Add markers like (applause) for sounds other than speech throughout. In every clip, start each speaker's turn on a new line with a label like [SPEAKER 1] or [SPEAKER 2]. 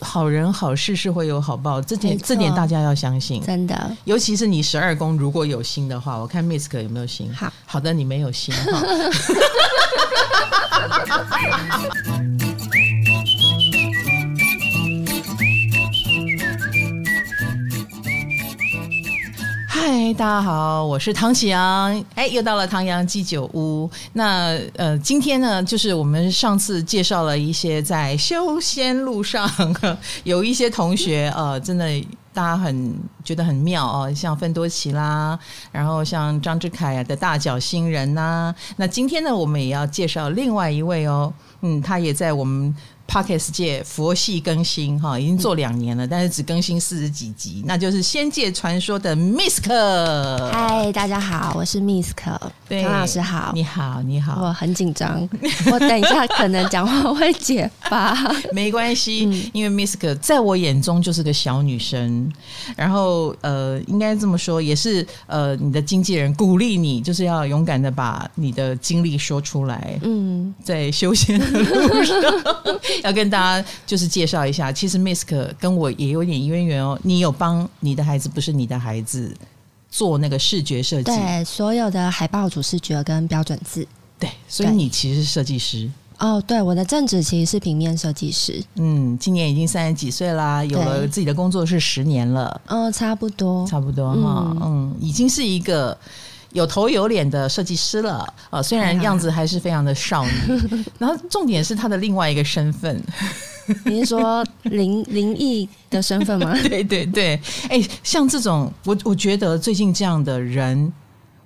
[SPEAKER 1] 好人好事是会有好报，这点
[SPEAKER 2] 没错
[SPEAKER 1] 这点大家要相信。
[SPEAKER 2] 真的
[SPEAKER 1] 尤其是你十二宫如果有心的话，我看 Misk 有没有心。
[SPEAKER 2] 好
[SPEAKER 1] 好的，你没有心。
[SPEAKER 2] (laughs)
[SPEAKER 1] 哈嗨，大家好，我是唐启阳。哎，又到了唐阳鸡酒屋。那呃，今天呢，就是我们上次介绍了一些在修仙路上 (laughs) 有一些同学呃，真的大家很觉得很妙哦，像芬多奇啦，然后像张志凯的大脚星人呐、那今天呢，我们也要介绍另外一位哦，嗯，他也在我们 Pockets 界佛系更新哈，已经做两年了，但是只更新四十几集，那就是《仙界传说》的 Misk。
[SPEAKER 2] 嗨，大家好，我是 Misk，
[SPEAKER 1] 对
[SPEAKER 2] 唐老师好。
[SPEAKER 1] 你好，你好，
[SPEAKER 2] 我很紧张， (laughs) 我等一下可能讲话会结巴。
[SPEAKER 1] (laughs) 没关系，
[SPEAKER 2] 嗯
[SPEAKER 1] 因为 Misk 在我眼中就是个小女生，然后呃，应该这么说，也是呃，你的经纪人鼓励你，就是要勇敢的把你的经历说出来，
[SPEAKER 2] 嗯，
[SPEAKER 1] 在修仙的路上， (laughs) 要跟大家就是介绍一下，其实 Misk 跟我也有点渊源哦。你有帮你的孩子，不是你的孩子做那个视觉设计，
[SPEAKER 2] 对，所有的海报主视觉跟标准字。
[SPEAKER 1] 对所以
[SPEAKER 2] 对
[SPEAKER 1] 你其实是设计师。
[SPEAKER 2] 哦，对，我的正职其实是平面设计师。
[SPEAKER 1] 嗯，今年已经三十几岁啦，有了
[SPEAKER 2] 对
[SPEAKER 1] 自己的工作室十年了，
[SPEAKER 2] 嗯，差不多。
[SPEAKER 1] 差不多哈，嗯已经是一个。有头有脸的设计师了，呃，虽然
[SPEAKER 2] 哎呀
[SPEAKER 1] 样子还是非常的少
[SPEAKER 2] (laughs)
[SPEAKER 1] 女，然后重点是她的另外一个身份，
[SPEAKER 2] 你
[SPEAKER 1] (laughs)
[SPEAKER 2] 是说灵灵异的身份吗？
[SPEAKER 1] 对对对，哎、像这种，我我觉得最近这样的人，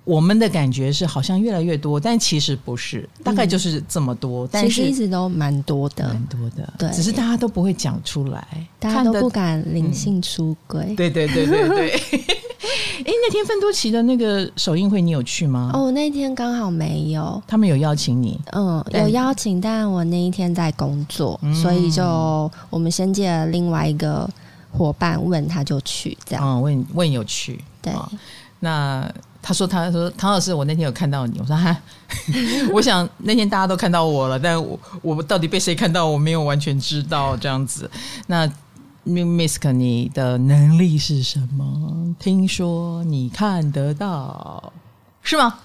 [SPEAKER 1] 我们的感觉是好像越来越多，但其实不是，大概就是这么多， (laughs) 但
[SPEAKER 2] 嗯其实
[SPEAKER 1] 是
[SPEAKER 2] 一
[SPEAKER 1] 嗯
[SPEAKER 2] 直都蛮多的
[SPEAKER 1] 蛮，多的，
[SPEAKER 2] 对
[SPEAKER 1] 只是大家都不会讲出来，
[SPEAKER 2] 大家
[SPEAKER 1] 看
[SPEAKER 2] 都
[SPEAKER 1] 得
[SPEAKER 2] 不敢灵性出轨。
[SPEAKER 1] 对对对对对。 (laughs) 哎、那天芬多奇的那个首映会你有去吗？
[SPEAKER 2] 哦，那天刚好没有，
[SPEAKER 1] 他们有邀请你，
[SPEAKER 2] 嗯，
[SPEAKER 1] 但
[SPEAKER 2] 有邀请，但我那一天在工作，
[SPEAKER 1] 嗯
[SPEAKER 2] 所以就我们先借了另外一个伙伴问他就去这样。
[SPEAKER 1] 嗯，问问有去，
[SPEAKER 2] 对，
[SPEAKER 1] 哦那他说他说唐老师，我那天有看到你，我说哈， (laughs) 我想那天大家都看到我了，但我我到底被谁看到，我没有完全知道这样子。那 Misk，你的能力是什么？听说你看得到，是吗？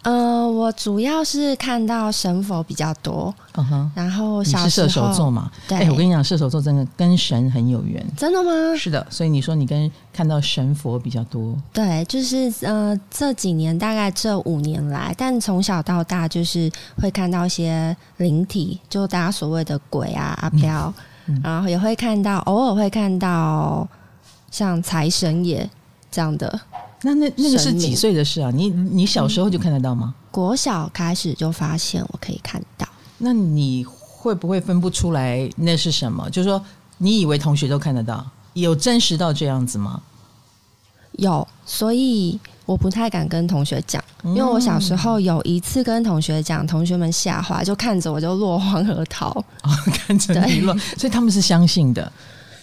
[SPEAKER 2] 呃，我主要是看到神佛比较多，
[SPEAKER 1] 嗯哼，
[SPEAKER 2] 然后
[SPEAKER 1] 你
[SPEAKER 2] 小
[SPEAKER 1] 是射
[SPEAKER 2] 时
[SPEAKER 1] 手
[SPEAKER 2] 候
[SPEAKER 1] 座嘛？
[SPEAKER 2] 对嗯
[SPEAKER 1] 哎我跟你讲，射手座真的跟神很有缘。
[SPEAKER 2] 真的吗？
[SPEAKER 1] 是的，所以你说你跟看到神佛比较多，
[SPEAKER 2] 对，就是呃，这几年大概这五年来，但从小到大就是会看到一些灵体，就大家所谓的鬼啊、
[SPEAKER 1] 嗯
[SPEAKER 2] 阿飘，然后也会看到，偶尔会看到像财神爷这样的。
[SPEAKER 1] 那那那个是
[SPEAKER 2] 神
[SPEAKER 1] 几
[SPEAKER 2] 明
[SPEAKER 1] 岁的事啊？你你小时候就看得到吗？
[SPEAKER 2] 国小开始就发现我可以看到，
[SPEAKER 1] 那你会不会分不出来那是什么？就是说，你以为同学都看得到，有真实到这样子吗？
[SPEAKER 2] 有，所以我不太敢跟同学讲，因为我小时
[SPEAKER 1] 嗯
[SPEAKER 2] 候有一次跟同学讲，同学们吓坏，就看着我就落荒而逃。
[SPEAKER 1] 哦， (laughs) 看着你乱，所以他们是相信的。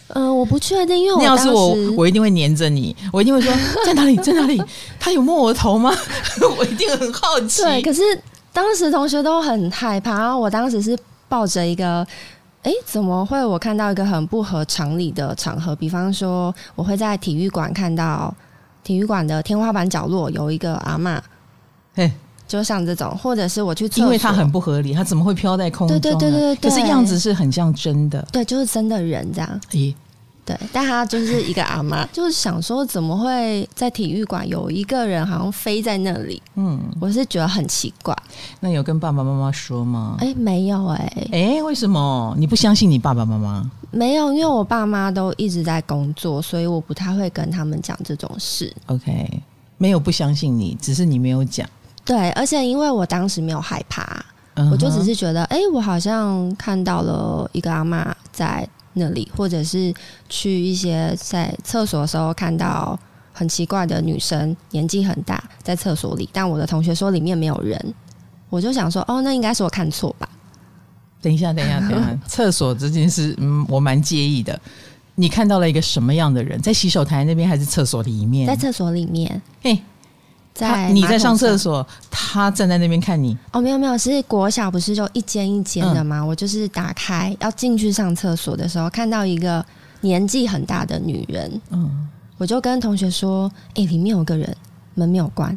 [SPEAKER 2] 嗯、我不确定，因为我
[SPEAKER 1] 那要是我
[SPEAKER 2] 当时，
[SPEAKER 1] 我一定会黏着你，我一定会说在哪里，在哪里？他有摸我的头吗？ (laughs) 我一定很好奇。
[SPEAKER 2] 对，可是当时同学都很害怕，然后我当时是抱着一个。诶，怎么会？我看到一个很不合常理的场合，比方说，我会在体育馆看到体育馆的天花板角落有一个阿嬷，
[SPEAKER 1] 嘿
[SPEAKER 2] 就像这种，或者是我去厕所，
[SPEAKER 1] 因为它很不合理，它怎么会飘在空中呢？
[SPEAKER 2] 对对对对对
[SPEAKER 1] 可是样子是很像真的。
[SPEAKER 2] 对，就是真的人这样，
[SPEAKER 1] 咦，
[SPEAKER 2] 对，但他就是一个阿妈，
[SPEAKER 1] (laughs)
[SPEAKER 2] 就是想说怎么会在体育馆有一个人好像飞在那里，
[SPEAKER 1] 嗯，
[SPEAKER 2] 我是觉得很奇怪。
[SPEAKER 1] 那有跟爸爸妈妈说吗？
[SPEAKER 2] 哎、没有哎、
[SPEAKER 1] 哎、为什么你不相信你爸爸妈妈？
[SPEAKER 2] 没有，因为我爸妈都一直在工作，所以我不太会跟他们讲这种事。
[SPEAKER 1] OK，没有不相信你，只是你没有讲。
[SPEAKER 2] 对，而且因为我当时没有害怕，
[SPEAKER 1] 嗯哼
[SPEAKER 2] 我就只是觉得，哎、我好像看到了一个阿嬷在那里，或者是去一些在厕所的时候看到很奇怪的女生，年纪很大，在厕所里，但我的同学说里面没有人，我就想说，哦，那应该是我看错吧？
[SPEAKER 1] 等一下，等一下，等一
[SPEAKER 2] (laughs)
[SPEAKER 1] 下，厕所这件事，嗯，我蛮介意的。你看到了一个什么样的人，在洗手台那边还是厕所里面？
[SPEAKER 2] 在厕所里面，
[SPEAKER 1] 嘿，嗯他
[SPEAKER 2] 在
[SPEAKER 1] 你
[SPEAKER 2] 马
[SPEAKER 1] 在
[SPEAKER 2] 桶
[SPEAKER 1] 上厕
[SPEAKER 2] 上
[SPEAKER 1] 所，他站在那边看你，
[SPEAKER 2] 哦，没有没有，是国小不是就一间一间的
[SPEAKER 1] 嗯
[SPEAKER 2] 吗？我就是打开要进去上厕所的时候，看到一个年纪很大的女人，
[SPEAKER 1] 嗯，
[SPEAKER 2] 我就跟同学说：“哎、里面有个人，门没有关。”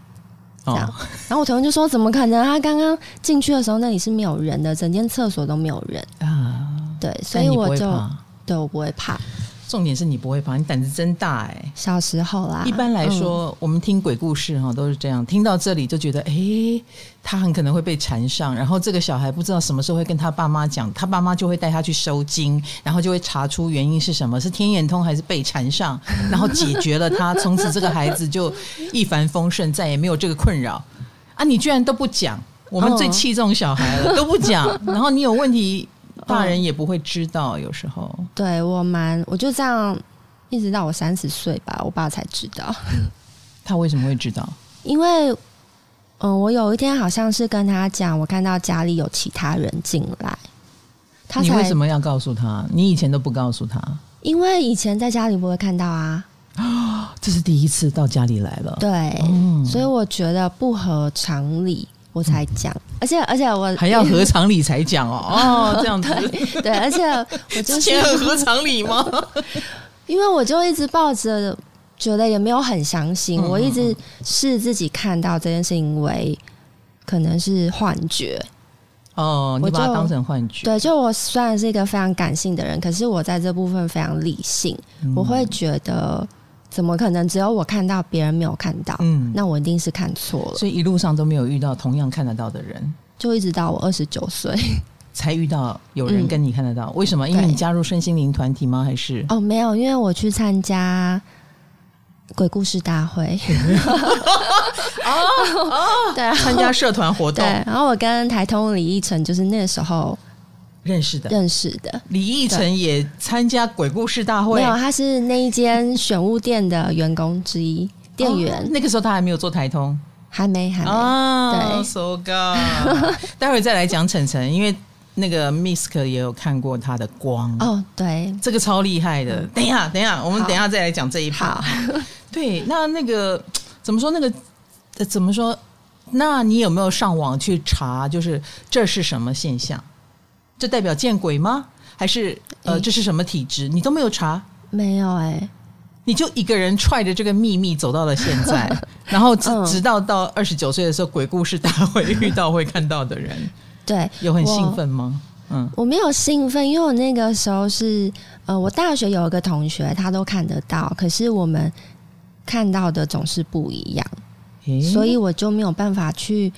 [SPEAKER 2] 这样
[SPEAKER 1] 哦，
[SPEAKER 2] 然后我同学就说：“怎么可能？他刚刚进去的时候，那里是没有人的，整间厕所都没有人。
[SPEAKER 1] 啊，”
[SPEAKER 2] 对，所
[SPEAKER 1] 但
[SPEAKER 2] 以
[SPEAKER 1] 你不
[SPEAKER 2] 我
[SPEAKER 1] 会
[SPEAKER 2] 就
[SPEAKER 1] 怕。
[SPEAKER 2] 对我不会怕。
[SPEAKER 1] 重点是你不会怕，你胆子真大哎、
[SPEAKER 2] 小时候啦，
[SPEAKER 1] 一般来
[SPEAKER 2] 嗯
[SPEAKER 1] 说，我们听鬼故事哈都是这样，听到这里就觉得，诶，他很可能会被缠上，然后这个小孩不知道什么时候会跟他爸妈讲，他爸妈就会带他去收金，然后就会查出原因是什么，是天眼通还是被缠上，然后解决了他，从此这个孩子就一帆风顺，再也没有这个困扰啊！你居然都不讲，我们最
[SPEAKER 2] 哦
[SPEAKER 1] 器重小孩了，都不讲，然后你有问题，大人也不会知道，有时候。
[SPEAKER 2] 对我蛮，我就这样一直到我三十岁吧，我爸才知道。
[SPEAKER 1] 他为什么会知道？
[SPEAKER 2] 因为，嗯、我有一天好像是跟他讲，我看到家里有其他人进来，他
[SPEAKER 1] 你
[SPEAKER 2] 才
[SPEAKER 1] 为什么要告诉他？你以前都不告诉他。
[SPEAKER 2] 因为以前在家里不会看到啊，
[SPEAKER 1] 这是第一次到家里来了，
[SPEAKER 2] 对，
[SPEAKER 1] 嗯
[SPEAKER 2] 所以我觉得不合常理，我才讲，
[SPEAKER 1] 嗯
[SPEAKER 2] 而且而且我
[SPEAKER 1] 还要合常理才讲
[SPEAKER 2] (laughs)
[SPEAKER 1] 哦，哦，这样子，
[SPEAKER 2] 对，而
[SPEAKER 1] (laughs)
[SPEAKER 2] 且我就
[SPEAKER 1] 之
[SPEAKER 2] 是
[SPEAKER 1] 前很合常理
[SPEAKER 2] (laughs)
[SPEAKER 1] 吗？
[SPEAKER 2] 因为我就一直抱着觉得也没有很相信，
[SPEAKER 1] 嗯
[SPEAKER 2] 我一直视自己看到这件事情为可能是幻觉，
[SPEAKER 1] 哦，你
[SPEAKER 2] 我就
[SPEAKER 1] 把它当成幻觉，
[SPEAKER 2] 对，就我虽然是一个非常感性的人，可是我在这部分非常理性，
[SPEAKER 1] 嗯
[SPEAKER 2] 我会觉得怎么可能只有我看到，别人没有看到？
[SPEAKER 1] 嗯，
[SPEAKER 2] 那我一定是看错了，
[SPEAKER 1] 所以一路上都没有遇到同样看得到的人，
[SPEAKER 2] 就一直到我二十九岁。
[SPEAKER 1] 嗯才遇到有人跟你看得到，为什么？因为
[SPEAKER 2] 嗯对
[SPEAKER 1] 你加入身心灵团体吗？还
[SPEAKER 2] (laughs)
[SPEAKER 1] 是
[SPEAKER 2] 哦，没有，因为我去参加鬼故事大会。
[SPEAKER 1] (laughs)
[SPEAKER 2] 哦，对啊，
[SPEAKER 1] 参加社团活
[SPEAKER 2] 对
[SPEAKER 1] 动，
[SPEAKER 2] 然后我跟台通李义成就是那时候
[SPEAKER 1] 认识的？
[SPEAKER 2] 认识的。
[SPEAKER 1] 李义成也参加鬼故事大会
[SPEAKER 2] 没有，，他是那一间选物店的员工之一，店员、
[SPEAKER 1] 哦那个时候他还没有做台通。
[SPEAKER 2] 还没还没。
[SPEAKER 1] 啊
[SPEAKER 2] 对
[SPEAKER 1] ，so god！待会再来讲晨晨，因为那个 Misk 也有看过他的光，
[SPEAKER 2] 哦，对，
[SPEAKER 1] 这个超厉害的。等一下，等一下，我们
[SPEAKER 2] 好
[SPEAKER 1] 等一下再来讲这一趴。
[SPEAKER 2] 好，
[SPEAKER 1] 对，那那个怎么说？那个、呃怎么说？那你有没有上网去查？就是这是什么现象？这代表见鬼吗？还是呃，
[SPEAKER 2] 诶
[SPEAKER 1] 这是什么体质？你都没有查，
[SPEAKER 2] 没有哎、
[SPEAKER 1] 你就一个人揣着这个秘密走到了现在，然后直
[SPEAKER 2] (laughs) 嗯
[SPEAKER 1] 直到到二十九岁的时候，鬼故事大会遇到会看到的人。
[SPEAKER 2] 对
[SPEAKER 1] 有很兴奋吗？嗯，
[SPEAKER 2] 我没有兴奋，因为我那个时候是，呃，我大学有一个同学，他都看得到，可是我们看到的总是不一样，
[SPEAKER 1] 诶
[SPEAKER 2] 所以我就没有办法去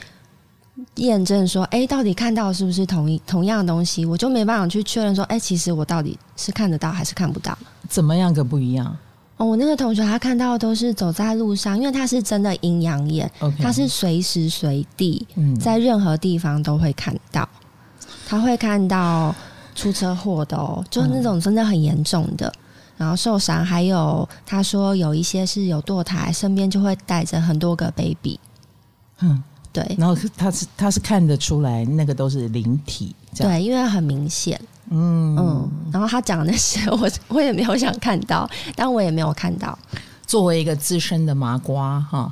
[SPEAKER 2] 验证说，哎、到底看到的是不是同一同样的东西，我就没办法去确认说，哎、其实我到底是看得到还是看不到。
[SPEAKER 1] 怎么样个不一样
[SPEAKER 2] 哦，我那个同学他看到的都是走在路上，因为他是真的阴阳眼，
[SPEAKER 1] ？OK，
[SPEAKER 2] 他是随时随地
[SPEAKER 1] 嗯
[SPEAKER 2] 在任何地方都会看到，他会看到出车祸的哦，就是那种真的很严重的，然后受伤，还有他说有一些是有堕胎，身边就会带着很多个 baby，
[SPEAKER 1] 嗯，
[SPEAKER 2] 对
[SPEAKER 1] 然后他是他是看得出来那个都是灵体，这样
[SPEAKER 2] 对，因为很明显，
[SPEAKER 1] 嗯
[SPEAKER 2] 嗯，然后他讲的那些 (laughs) 我我也没有想看到，但我也没有看到，
[SPEAKER 1] 作为一个资深的麻瓜哈，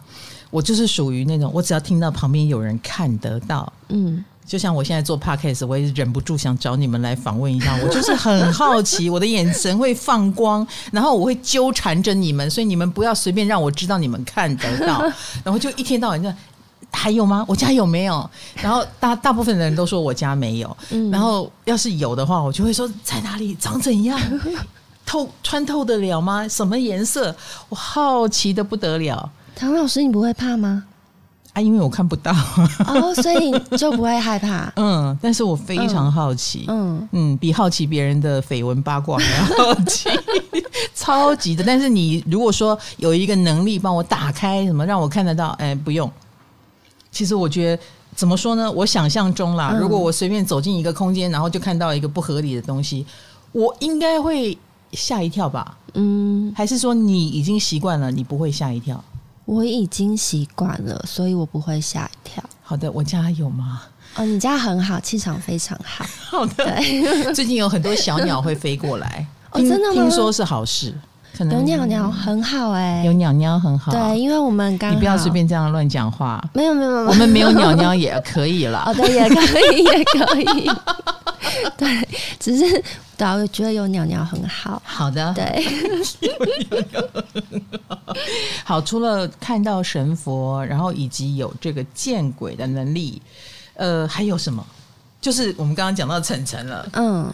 [SPEAKER 1] 我就是属于那种我只要听到旁边有人看得到。
[SPEAKER 2] 嗯，
[SPEAKER 1] 就像我现在做 podcast，我也忍不住想找你们来访问一下。我就是很好奇，我的眼神会放光，然后我会纠缠着你们，所以你们不要随便让我知道你们看得到。然后就一天到晚就还有吗？我家有没有？然后大大部分的人都说我家没有，
[SPEAKER 2] 嗯
[SPEAKER 1] 然后要是有的话，我就会说在哪里，长怎样，透穿透得了吗？什么颜色？我好奇的不得了
[SPEAKER 2] 唐老师你不会怕
[SPEAKER 1] (laughs)
[SPEAKER 2] 吗？
[SPEAKER 1] 啊，因为我看不到。 (laughs)
[SPEAKER 2] 哦，所以你就不会害怕，
[SPEAKER 1] 嗯，但是我非常好奇。
[SPEAKER 2] 嗯，
[SPEAKER 1] 嗯，比好奇别人的绯闻八卦还要好奇， (laughs) 超级的。但是你如果说有一个能力帮我打开什么，让我看得到，哎，不用。其实我觉得怎么说呢？我想象中啦，
[SPEAKER 2] 嗯
[SPEAKER 1] 如果我随便走进一个空间，然后就看到一个不合理的东西，我应该会吓一跳吧？
[SPEAKER 2] 嗯，
[SPEAKER 1] 还是说你已经习惯了，你不会吓一跳？
[SPEAKER 2] 我已经习惯了，所以我不会吓一跳。
[SPEAKER 1] 好的，我家有
[SPEAKER 2] (laughs)
[SPEAKER 1] 吗？
[SPEAKER 2] 哦，你家很好，气场非常好。
[SPEAKER 1] 好的，最近有很多小鸟会飞过来，
[SPEAKER 2] (laughs) 哦
[SPEAKER 1] 听
[SPEAKER 2] 真的吗
[SPEAKER 1] 听说是好事，可能
[SPEAKER 2] 有鸟鸟很好哎、
[SPEAKER 1] 嗯有鸟鸟很好。
[SPEAKER 2] 对，，因为我们刚
[SPEAKER 1] 你不要随
[SPEAKER 2] 好
[SPEAKER 1] 便这样乱讲话。
[SPEAKER 2] 没有没有没有，
[SPEAKER 1] 我们没有鸟鸟也可以
[SPEAKER 2] 哦，
[SPEAKER 1] 了。
[SPEAKER 2] 对，也可以，也可以。 (laughs) 对，只是对啊，我觉得有鸟鸟很好。
[SPEAKER 1] 好的，
[SPEAKER 2] 对，
[SPEAKER 1] 好，除了看到神佛，然后以及有这个见鬼的能力，呃，还有什么？就是我们刚刚讲到晨晨了，
[SPEAKER 2] 嗯，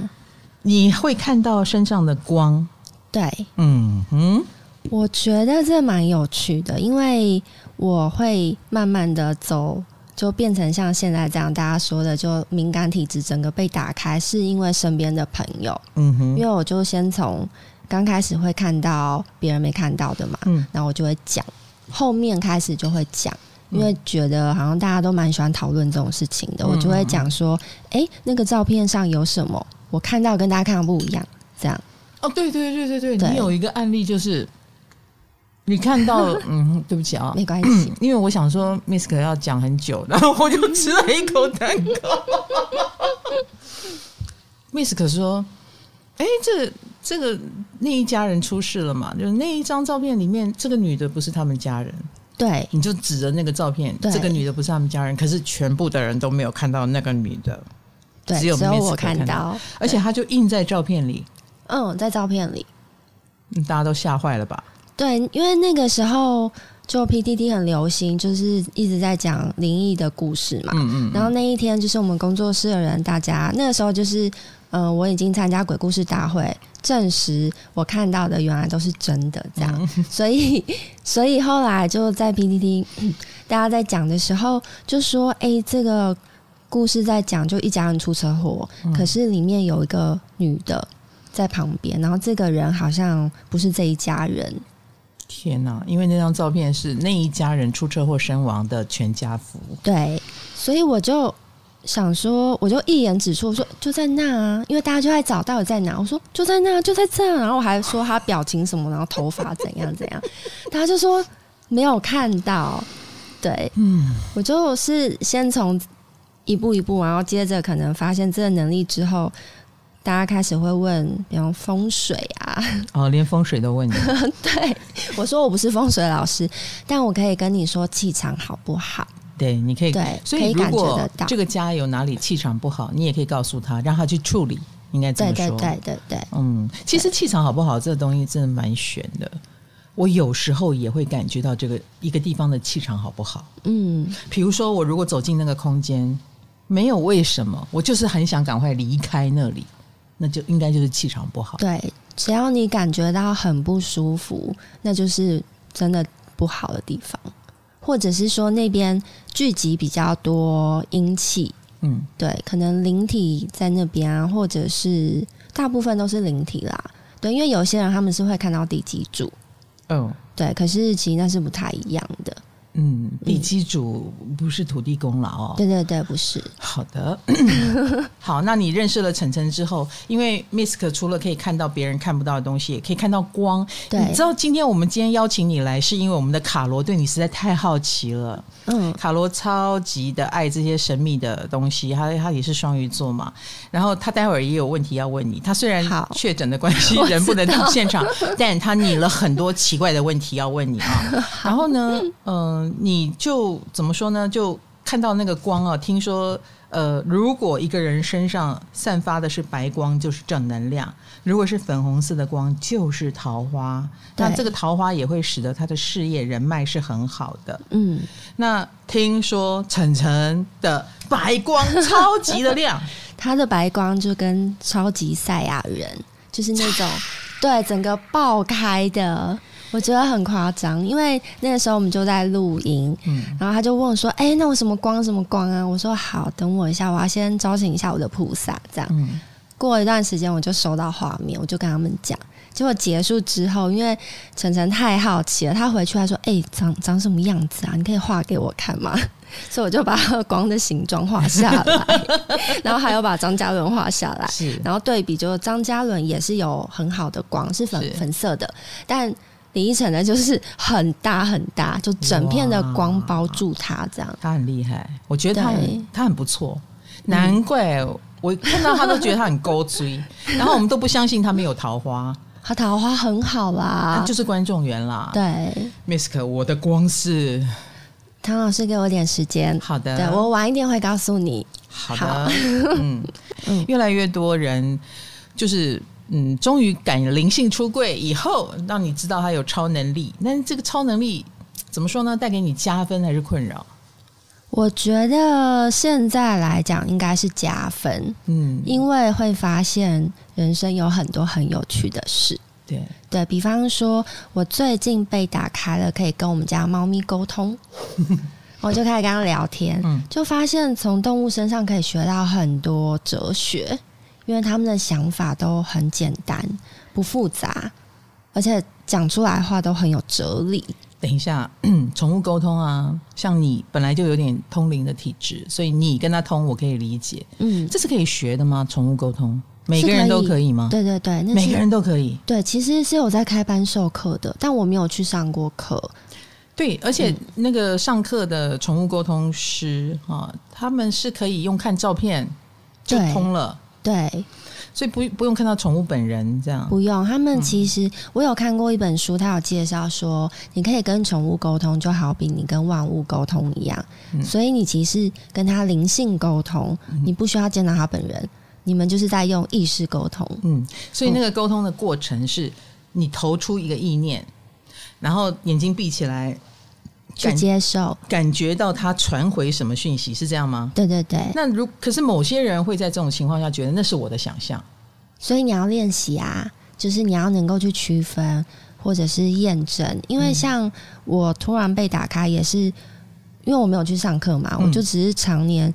[SPEAKER 1] 你会看到身上的光，
[SPEAKER 2] 对，
[SPEAKER 1] 嗯嗯，
[SPEAKER 2] 我觉得这蛮有趣的，因为我会慢慢的走，就变成像现在这样，大家说的，就敏感体质整个被打开，是因为身边的朋友，
[SPEAKER 1] 嗯
[SPEAKER 2] 因
[SPEAKER 1] 哼，
[SPEAKER 2] 为我就先从刚开始会看到别人没看到的嘛，
[SPEAKER 1] 嗯
[SPEAKER 2] 然后我就会讲，后面开始就会讲。因为觉得好像大家都蛮喜欢讨论这种事情的，
[SPEAKER 1] 嗯
[SPEAKER 2] 我就会讲说，哎、那个照片上有什么？我看到跟大家看到不一样，这样
[SPEAKER 1] 哦，对对对对对，
[SPEAKER 2] 对
[SPEAKER 1] 你有一个案例就是，你看到，嗯，对不起啊，
[SPEAKER 2] 没关
[SPEAKER 1] (clears throat)
[SPEAKER 2] 系。
[SPEAKER 1] 因为我想说 Miss 可要讲很久， (laughs) 然后我就吃了一口蛋糕。Miss 可说：“哎、这这个那一家人出事了嘛？就是那一张照片里面，这个女的不是他们家人，
[SPEAKER 2] 对
[SPEAKER 1] 你就指着那个照片，
[SPEAKER 2] 对
[SPEAKER 1] 这个女的不是他们家人，可是全部的人都没有看到那个女的，
[SPEAKER 2] 对，
[SPEAKER 1] 只
[SPEAKER 2] 只
[SPEAKER 1] 有
[SPEAKER 2] 有
[SPEAKER 1] Miss
[SPEAKER 2] 我
[SPEAKER 1] 可以
[SPEAKER 2] 看
[SPEAKER 1] 看到
[SPEAKER 2] 到，
[SPEAKER 1] 而且她就印在照片里，
[SPEAKER 2] 嗯，在照片里，
[SPEAKER 1] 嗯大家都吓坏了吧？
[SPEAKER 2] 对，因为那个时候就 PDD 很流行，就是一直在讲灵异的故事嘛。
[SPEAKER 1] 嗯嗯
[SPEAKER 2] 啊然后那一天就是我们工作室的人，大家那个时候就是，呃，我已经参加鬼故事大会，证实我看到的原来都是真的，这样。所以， (laughs) 所以后来就在 PPT (clears throat) 大家在讲的时候，就说：“哎、这个故事在讲就一家人出车祸，可是里面有一个女的在旁边，然后这个人好像不是这一家人。”
[SPEAKER 1] 天哪、因为那张照片是那一家人出车祸身亡的全家福。
[SPEAKER 2] 对，所以我就想说，我就一眼指出，我说就在那啊，因为大家就在找到底在哪，我说就在那，就在这啊，然后我还说他表情什么，然后头发怎样怎样，大家就说没有看到，对，
[SPEAKER 1] 嗯，
[SPEAKER 2] 我就是先从一步一步，然后接着可能发现这个能力之后。大家开始会问，比方风水啊， (laughs)
[SPEAKER 1] 哦，连风水都问你。
[SPEAKER 2] 对我说我不是风水老师，但我可以跟你说气场好不好？
[SPEAKER 1] 对，你可以。
[SPEAKER 2] 对，
[SPEAKER 1] 所
[SPEAKER 2] 可
[SPEAKER 1] 以
[SPEAKER 2] 以
[SPEAKER 1] 如
[SPEAKER 2] 感觉
[SPEAKER 1] 果
[SPEAKER 2] 得到。
[SPEAKER 1] 这个家有哪里气场不好，你也可以告诉他，让他去处理。应该这
[SPEAKER 2] 对
[SPEAKER 1] 么
[SPEAKER 2] 对
[SPEAKER 1] 说。
[SPEAKER 2] 对对对，
[SPEAKER 1] 嗯，其实气场好不好，这个东西真的蛮悬的。我有时候也会感觉到这个一个地方的气场好不好。
[SPEAKER 2] 嗯，
[SPEAKER 1] 比如说，我如果走进那个空间，没有为什么，我就是很想赶快离开那里，那就应该就是气场不好。
[SPEAKER 2] 对，只要你感觉到很不舒服，那就是真的不好的地方，或者是说那边聚集比较多阴气，
[SPEAKER 1] 嗯，
[SPEAKER 2] 对，可能灵体在那边啊，或者是大部分都是灵体啦，对，因为有些人他们是会看到地基柱，
[SPEAKER 1] 哦，
[SPEAKER 2] 对，可是其实那是不太一样的，
[SPEAKER 1] 嗯，地基主不是土地公了哦。
[SPEAKER 2] 对对对，不是，
[SPEAKER 1] 好的， (clears throat) 好，那你认识了晨晨之后，因为 Misk 除了可以看到别人看不到的东西，也可以看到光。你
[SPEAKER 2] 对
[SPEAKER 1] 知，道今天我们今天邀请你来，是因为我们的卡罗对你实在太好奇了。
[SPEAKER 2] 嗯，
[SPEAKER 1] 卡罗超级的爱这些神秘的东西，他他也是双鱼座嘛，然后他待会儿也有问题要问你。他虽然
[SPEAKER 2] 好
[SPEAKER 1] 确诊的关系
[SPEAKER 2] (laughs) 我知道
[SPEAKER 1] 人不能到现场，但他拟了很多奇怪的问题要问你啊。然后呢，嗯、你就怎么说呢？就看到那个光啊，听说。呃，如果一个人身上散发的是白光，就是正能量；如果是粉红色的光，就是桃花。那
[SPEAKER 2] 对
[SPEAKER 1] 这个桃花也会使得他的事业人脉是很好的。
[SPEAKER 2] 嗯，
[SPEAKER 1] 那听说晨晨的白光超级的
[SPEAKER 2] (laughs)
[SPEAKER 1] 亮，
[SPEAKER 2] 他的白光就跟超级赛亚人，就是那种对整个爆开的，我觉得很夸张。因为那个时候我们就在露营，
[SPEAKER 1] 嗯，
[SPEAKER 2] 然后他就问我说：“哎、那我什么光什么光啊？”我说：“好，等我一下，我要先招请一下我的菩萨。”这样
[SPEAKER 1] 嗯，
[SPEAKER 2] 过一段时间，我就收到画面，我就跟他们讲。结果结束之后，因为晨晨太好奇了，他回去他说：“哎、长长什么样子啊？你可以画给我看吗？” (laughs) 所以我就把他的光的形状画下
[SPEAKER 1] (laughs)
[SPEAKER 2] 来，然后还有把张嘉伦画下来。
[SPEAKER 1] 是
[SPEAKER 2] 然后对比，就是张嘉伦也是有很好的光，是粉
[SPEAKER 1] 是
[SPEAKER 2] 粉色的，但李依晨呢就是很大很大，就整片的光包住它，这样
[SPEAKER 1] 他很厉害，我觉得他
[SPEAKER 2] 对
[SPEAKER 1] 很他很不错，
[SPEAKER 2] (laughs)
[SPEAKER 1] 难怪我看到他都觉得他很勾追，然后我们都不相信他没有桃花。
[SPEAKER 2] 他桃花很好啦，
[SPEAKER 1] 就是观众缘啦。
[SPEAKER 2] 对，
[SPEAKER 1] Misk，我的光是
[SPEAKER 2] 唐老师给我点时间，
[SPEAKER 1] 好的，
[SPEAKER 2] 对我晚一点会告诉你。
[SPEAKER 1] 好的，嗯，越来越多人就是。嗯，终于敢灵性出柜以后，让你知道他有超能力。但这个超能力怎么说呢？带给你加分还是困扰？
[SPEAKER 2] 我觉得现在来讲应该是加分，
[SPEAKER 1] 嗯，
[SPEAKER 2] 因为会发现人生有很多很有趣的事。
[SPEAKER 1] 对，
[SPEAKER 2] 对比方说，我最近被打开了，可以跟我们家猫咪
[SPEAKER 1] (laughs)
[SPEAKER 2] 沟通，我就开始跟它聊天，
[SPEAKER 1] 嗯
[SPEAKER 2] 就发现从动物身上可以学到很多哲学，因为他们的想法都很简单，不复杂，而且讲出来的话都很有哲理。
[SPEAKER 1] 等一下，嗯宠物沟通啊，像你本来就有点通灵的体质，所以你跟他通，我可以理解。
[SPEAKER 2] 嗯，
[SPEAKER 1] 这是可以学的吗？宠物沟通，每个人都可以吗？
[SPEAKER 2] 对对对，那
[SPEAKER 1] 每个
[SPEAKER 2] 是
[SPEAKER 1] 人都可以。
[SPEAKER 2] 对，其实是有在开班授课的，但我没有去上过课。
[SPEAKER 1] 对，而且
[SPEAKER 2] 嗯
[SPEAKER 1] 那个上课的宠物沟通师啊，他们是可以用看照片就
[SPEAKER 2] 对
[SPEAKER 1] 通了，
[SPEAKER 2] 对，
[SPEAKER 1] 所以不不用看到宠物本人这样。
[SPEAKER 2] 不用，他们其实、我有看过一本书，它有介绍说，你可以跟宠物沟通，就好比你跟万物沟通一样。
[SPEAKER 1] 嗯
[SPEAKER 2] 所以你其实跟它灵性沟通，你不需要见到它本人，你们就是在用意识沟通。
[SPEAKER 1] 嗯，所以那个沟通的过程是你投出一个意念，然后眼睛闭起来，
[SPEAKER 2] 去
[SPEAKER 1] 感
[SPEAKER 2] 接受，
[SPEAKER 1] 感觉到它传回什么讯息，是这样吗？
[SPEAKER 2] 对对对，
[SPEAKER 1] 那如可是某些人会在这种情况下觉得那是我的想象，
[SPEAKER 2] 所以你要练习啊，就是你要能够去区分或者是验证，因
[SPEAKER 1] 嗯
[SPEAKER 2] 为像我突然被打开，也是因为我没有去上课嘛，
[SPEAKER 1] 嗯
[SPEAKER 2] 我就只是常年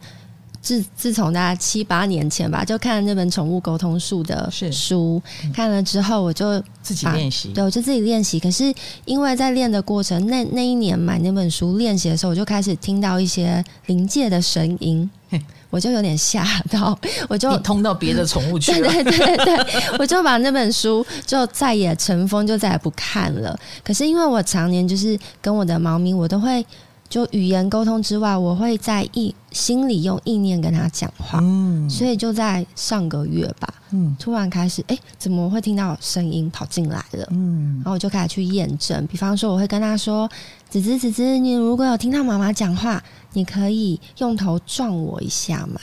[SPEAKER 2] 自自从大概七八年前吧，就看那本《宠物沟通术》的
[SPEAKER 1] 是嗯
[SPEAKER 2] 书，看了之后我就
[SPEAKER 1] 自己
[SPEAKER 2] 啊
[SPEAKER 1] 练习。
[SPEAKER 2] 对我就自己练习。可是因为在练的过程，那那一年买那本书练习的时候，我就开始听到一些临界的声音
[SPEAKER 1] 嘿。
[SPEAKER 2] 我就有点吓到，我就
[SPEAKER 1] 你通到别的宠物去
[SPEAKER 2] (laughs) 对
[SPEAKER 1] 了，
[SPEAKER 2] 对对对，我就把那本书就再也尘封，就再也不看了。可是因为我常年就是跟我的猫咪，我都会就语言沟通之外，我会在意心里用意念跟它讲话。
[SPEAKER 1] 嗯
[SPEAKER 2] 所以就在上个月吧，
[SPEAKER 1] 嗯
[SPEAKER 2] 突然开始，哎、怎么会听到声音跑进来了？
[SPEAKER 1] 嗯
[SPEAKER 2] 然后我就开始去验证，比方说我会跟他说：“子子子子，你如果有听到妈妈讲话，你可以用头撞我一下吗？”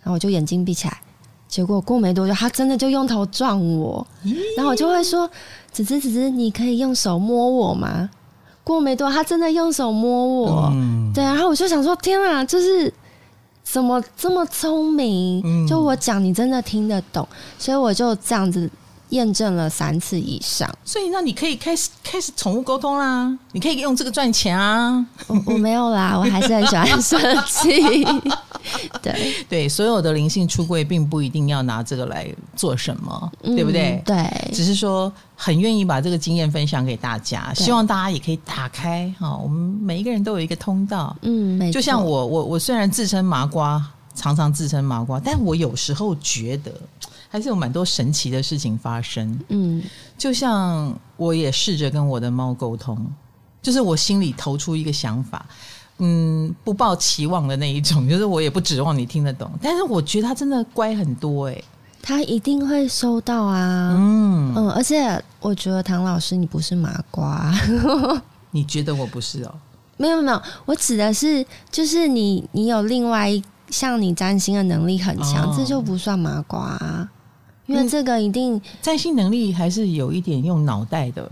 [SPEAKER 2] 然后我就眼睛闭起来，结果过没多久，他真的就用头撞我，然后我就会说：“子子子子，你可以用手摸我吗？”过没多久，他真的用手摸我，
[SPEAKER 1] 嗯
[SPEAKER 2] 对，然后我就想说：“天啊，就是。”怎么这么聪明？
[SPEAKER 1] 嗯
[SPEAKER 2] 就我讲，你真的听得懂，所以我就这样子验证了三次以上。
[SPEAKER 1] 所以那你可以开始开始宠物沟通啦，你可以用这个赚钱啊。 (laughs)
[SPEAKER 2] 我我没有啦，我还是很喜欢设计。对，
[SPEAKER 1] 对，所有的灵性出柜并不一定要拿这个来做什么，
[SPEAKER 2] 嗯
[SPEAKER 1] 对不对？
[SPEAKER 2] 对，
[SPEAKER 1] 只是说很愿意把这个经验分享给大家，
[SPEAKER 2] 对
[SPEAKER 1] 希望大家也可以打开哈、我们每一个人都有一个通道，
[SPEAKER 2] 嗯，没
[SPEAKER 1] 就
[SPEAKER 2] 错
[SPEAKER 1] 像我，我我虽然自称麻瓜，常常自称麻瓜，但我有时候觉得还是有蛮多神奇的事情发生。
[SPEAKER 2] 嗯
[SPEAKER 1] 就像我也试着跟我的猫沟通，就是我心里投出一个想法，嗯，不抱期望的那一种，就是我也不指望你听得懂，但是我觉得它真的乖很多哎、
[SPEAKER 2] 他一定会收到啊。
[SPEAKER 1] 嗯，
[SPEAKER 2] 嗯，而且我觉得唐老师你不是麻瓜， (laughs)
[SPEAKER 1] 你觉得我不是哦？
[SPEAKER 2] 没有没有，我指的是就是你你有另外一像你占星的能力很强，
[SPEAKER 1] 哦
[SPEAKER 2] 这就不算麻瓜、啊，因为
[SPEAKER 1] 嗯
[SPEAKER 2] 这个一定
[SPEAKER 1] 占星能力还是有一点用脑袋的，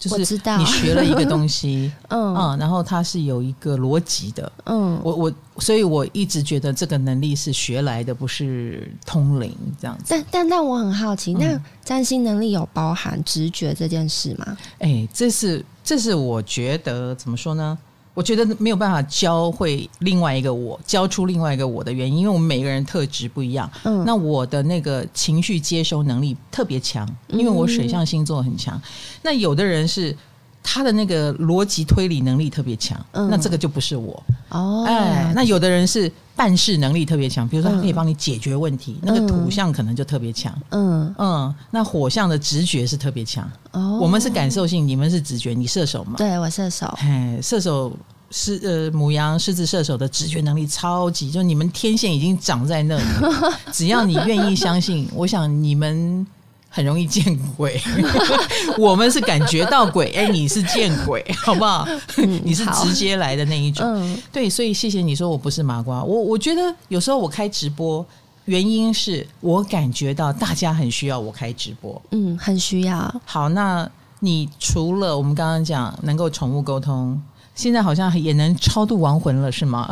[SPEAKER 1] 就
[SPEAKER 2] 我
[SPEAKER 1] 是
[SPEAKER 2] 知道
[SPEAKER 1] 你学了一个东西
[SPEAKER 2] (laughs) 嗯
[SPEAKER 1] 啊、然后它是有一个逻辑的。
[SPEAKER 2] 嗯
[SPEAKER 1] 我我，所以我一直觉得这个能力是学来的，不是通灵这样子。
[SPEAKER 2] 但但但我很好奇，
[SPEAKER 1] 嗯
[SPEAKER 2] 那占星能力有包含直觉这件事吗？
[SPEAKER 1] 哎、这是这是我觉得怎么说呢？我觉得没有办法教会另外一个我，教出另外一个我的原因，因为我们每个人特质不一样。
[SPEAKER 2] 嗯，
[SPEAKER 1] 那我的那个情绪接收能力特别强，因为我水象星座很
[SPEAKER 2] 嗯
[SPEAKER 1] 强。那有的人是他的那个逻辑推理能力特别强，
[SPEAKER 2] 嗯
[SPEAKER 1] 那这个就不是我。
[SPEAKER 2] 哦，
[SPEAKER 1] 哎，那有的人是办事能力特别强，比如说他可以
[SPEAKER 2] 嗯
[SPEAKER 1] 帮你解决问题，那个土象可能就特别强。
[SPEAKER 2] 嗯
[SPEAKER 1] 嗯，那火象的直觉是特别强，
[SPEAKER 2] 哦，
[SPEAKER 1] 我们是感受性，你们是直觉，你射手嘛？
[SPEAKER 2] 对我射手，
[SPEAKER 1] 哎，射手狮呃母羊、狮子、射手的直觉能力超级，就你
[SPEAKER 2] (laughs)
[SPEAKER 1] 们天线已经长在那里了，只要你愿意相信，我想你们很容易见
[SPEAKER 2] (laughs)
[SPEAKER 1] 鬼，我们是感觉到鬼，哎、你是见
[SPEAKER 2] (laughs)
[SPEAKER 1] 鬼，好不好？
[SPEAKER 2] 嗯
[SPEAKER 1] (laughs) 你是
[SPEAKER 2] 好
[SPEAKER 1] 直接来的那一种。
[SPEAKER 2] 嗯
[SPEAKER 1] 对，所以谢谢你说我不是麻瓜。我我觉得有时候我开直播，原因是我感觉到大家很需要我开直播。
[SPEAKER 2] 嗯，很需
[SPEAKER 1] (laughs)
[SPEAKER 2] 要。
[SPEAKER 1] 好，那你除了我们刚刚讲能够宠物沟通，现在好像也能超度亡魂了，是吗？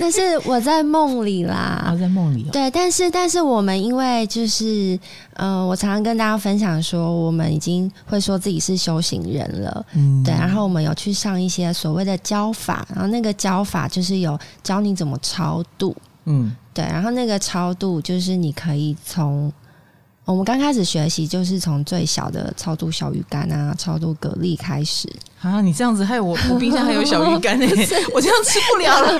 [SPEAKER 2] 但是我在梦里啦
[SPEAKER 1] (laughs) 啊，，在梦里、哦。
[SPEAKER 2] 对，但是但是我们因为就是，呃，我常常跟大家分享说，我们已经会说自己是修行人了，
[SPEAKER 1] 嗯
[SPEAKER 2] 对，然后我们有去上一些所谓的教法，然后那个教法就是有教你怎么超度，
[SPEAKER 1] 嗯
[SPEAKER 2] 对，然后那个超度就是你可以从我们刚开始学习就是从最小的超度小鱼干啊，超度蛤蜊开始，
[SPEAKER 1] 啊，你这样子害我，我冰箱还有小鱼 (laughs) 干呢、我这样吃不了了。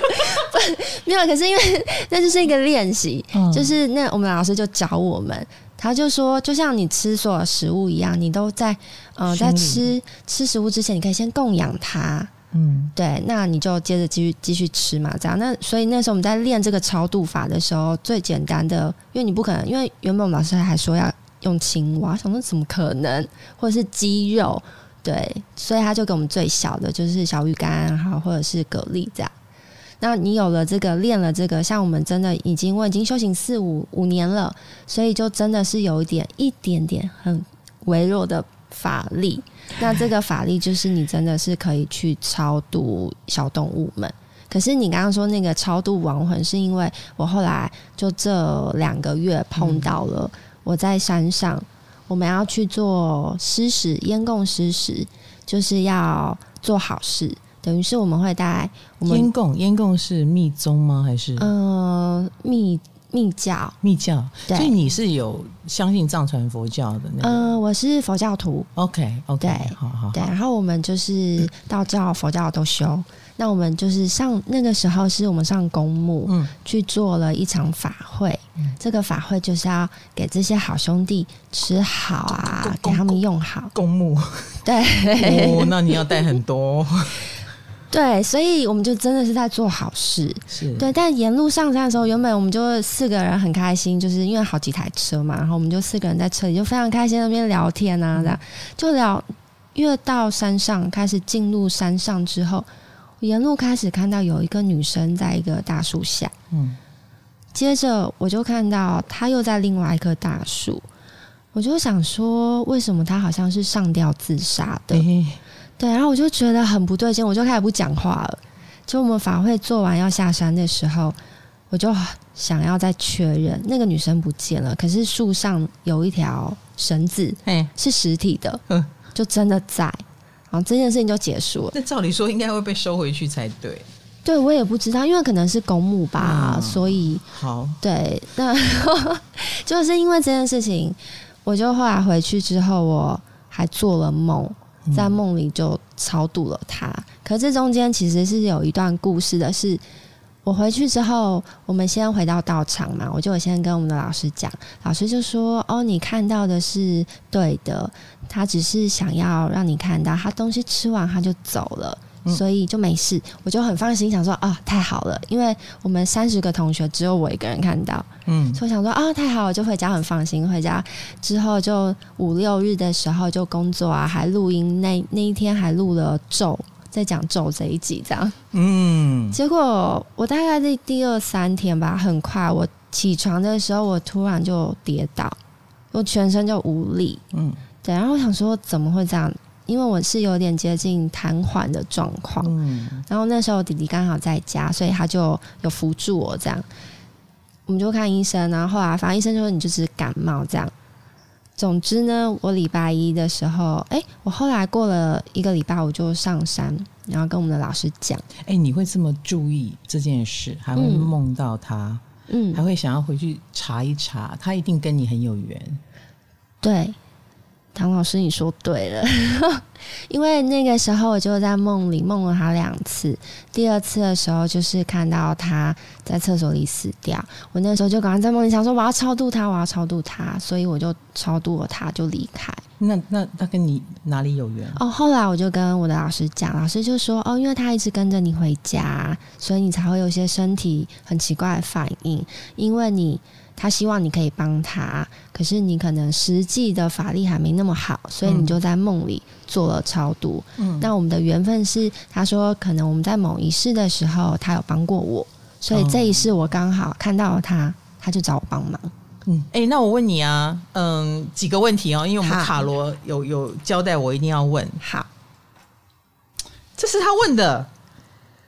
[SPEAKER 2] 没有，可是因为那就是一个练习，
[SPEAKER 1] 嗯
[SPEAKER 2] 就是那我们老师就教我们，他就说，就像你吃所有食物一样，你都在
[SPEAKER 1] 心
[SPEAKER 2] 呃
[SPEAKER 1] 里
[SPEAKER 2] 在吃吃食物之前，你可以先供养它，
[SPEAKER 1] 嗯
[SPEAKER 2] 对，那你就接着继续继续吃嘛，这样。那所以那时候我们在练这个超度法的时候，最简单的，因为你不可能，因为原本我们老师还说要用青蛙，想说怎么可能，或者是鸡肉，对，所以他就给我们最小的就是小鱼干，然后或者是蛤蜊这样。那你有了这个，练了这个，像我们真的已经我已经修行四五五年了，所以就真的是有一点一点点很微弱的法力。那这个法力就是你真的是可以去超度小动物们。可是你刚刚说那个超度亡魂，是因为我后来就这两个月碰到了，我在山上，我们要去做施食，烟供施食，就是要做好事，等于是我们会带我们
[SPEAKER 1] 烟供，烟供是密宗吗？还是
[SPEAKER 2] 呃密密教，
[SPEAKER 1] 密教？所以
[SPEAKER 2] 对，
[SPEAKER 1] 你是有相信藏传佛教的那个、
[SPEAKER 2] 呃我是佛教徒，
[SPEAKER 1] o k OK，
[SPEAKER 2] 对
[SPEAKER 1] 好好好
[SPEAKER 2] 对，然后我们
[SPEAKER 1] 嗯
[SPEAKER 2] 就是道教、佛教都修。那我们就是上那个时候，是我们上公墓
[SPEAKER 1] 嗯
[SPEAKER 2] 去做了一场法会。
[SPEAKER 1] 嗯
[SPEAKER 2] 这个法会就是要给这些好兄弟吃好啊，
[SPEAKER 1] 公
[SPEAKER 2] 给他们用好。
[SPEAKER 1] 公墓
[SPEAKER 2] (laughs) 对
[SPEAKER 1] (laughs) 哦，那你要带很多，
[SPEAKER 2] 对，所以我们就真的是在做好事。
[SPEAKER 1] 是，
[SPEAKER 2] 对，但沿路上山的时候，原本我们就四个人很开心，就是因为好几台车嘛，然后我们就四个人在车里就非常开心，在那边聊天啊，这样就聊。越到山上，开始进入山上之后，我沿路开始看到有一个女生在一个大树下，
[SPEAKER 1] 嗯，
[SPEAKER 2] 接着我就看到她又在另外一棵大树，我就想说，为什么她好像是上吊自杀的？
[SPEAKER 1] 诶
[SPEAKER 2] 对，然后我就觉得很不对劲，我就开始不讲话了。就我们法会做完要下山的时候，我就想要再确认那个女生不见了，可是树上有一条绳子
[SPEAKER 1] 哎，
[SPEAKER 2] 是实体的
[SPEAKER 1] 嗯，
[SPEAKER 2] 就真的在。然后这件事情就结束了。
[SPEAKER 1] 那照理说应该会被收回去才对。
[SPEAKER 2] 对我也不知道，因为可能是公墓吧，
[SPEAKER 1] 嗯
[SPEAKER 2] 所以
[SPEAKER 1] 好，
[SPEAKER 2] 对，那 (laughs) 就是因为这件事情，我就后来回去之后，我还做了梦。
[SPEAKER 1] 嗯
[SPEAKER 2] 在梦里就超度了他。可这中间其实是有一段故事的是，我回去之后，我们先回到道场嘛，我就有先跟我们的老师讲，老师就说：“哦，你看到的是对的，他只是想要让你看到，他东西吃完他就走了。”
[SPEAKER 1] 嗯
[SPEAKER 2] 所以就没事，我就很放心，想说啊，太好了，因为我们三十个同学只有我一个人看到，
[SPEAKER 1] 嗯，
[SPEAKER 2] 所以我想说啊，太好了，就回家很放心。回家之后就五六日的时候就工作啊，还录音那那一天还录了咒，在讲咒这一集这样。
[SPEAKER 1] 嗯，
[SPEAKER 2] 结果我大概在第二三天吧，很快我起床的时候，我突然就跌倒，我全身就无力。
[SPEAKER 1] 嗯，
[SPEAKER 2] 对，然后我想说怎么会这样？因为我是有点接近瘫痪的状况，
[SPEAKER 1] 嗯，
[SPEAKER 2] 然后那时候弟弟刚好在家，所以他就有扶住我这样。我们就看医生，然后后来反正医生就说你就是感冒这样。总之呢，我礼拜一的时候，哎、我后来过了一个礼拜，我就上山，然后跟我们的老师讲，
[SPEAKER 1] 哎，你会这么注意这件事，还会
[SPEAKER 2] 嗯
[SPEAKER 1] 梦到他，
[SPEAKER 2] 嗯
[SPEAKER 1] 还，会想要回去查一查，他一定跟你很有缘。
[SPEAKER 2] 对，唐老师你说对了， (laughs) 因为那个时候我就在梦里梦了他两次，第二次的时候就是看到他在厕所里死掉，我那时候就赶快在梦里想说我要超度他，我要超度他，所以我就超度了他就离开。
[SPEAKER 1] 那那他跟你哪里有缘？
[SPEAKER 2] 哦，后来我就跟我的老师讲，老师就说哦，因为他一直跟着你回家，所以你才会有一些身体很奇怪的反应，因为你他希望你可以帮他，可是你可能实际的法力还没那么好，所以你就在梦里做了超度。
[SPEAKER 1] 嗯，
[SPEAKER 2] 那我们的缘分是，他说可能我们在某一世的时候，他有帮过我，所以这一世我刚好看到了他，他就找我帮忙。
[SPEAKER 1] 嗯，哎、那我问你啊，嗯，几个问题哦，因为我们
[SPEAKER 2] 好
[SPEAKER 1] 卡罗有有交代我一定要问，
[SPEAKER 2] 好，
[SPEAKER 1] 这是他问的。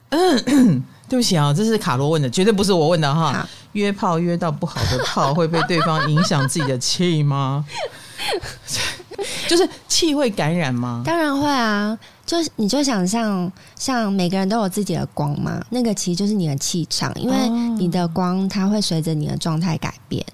[SPEAKER 1] 嗯，对不起啊，这是卡罗问的，绝对不是我问的哈
[SPEAKER 2] 好。
[SPEAKER 1] 约炮约到不好的炮，会被对方影响自己的气吗？ (laughs) 就是气会感染吗？
[SPEAKER 2] 当然会啊，就你就想象，像每个人都有自己的光嘛，那个其实就是你的气场，因为
[SPEAKER 1] 哦
[SPEAKER 2] 你的光它会随着你的状态改变。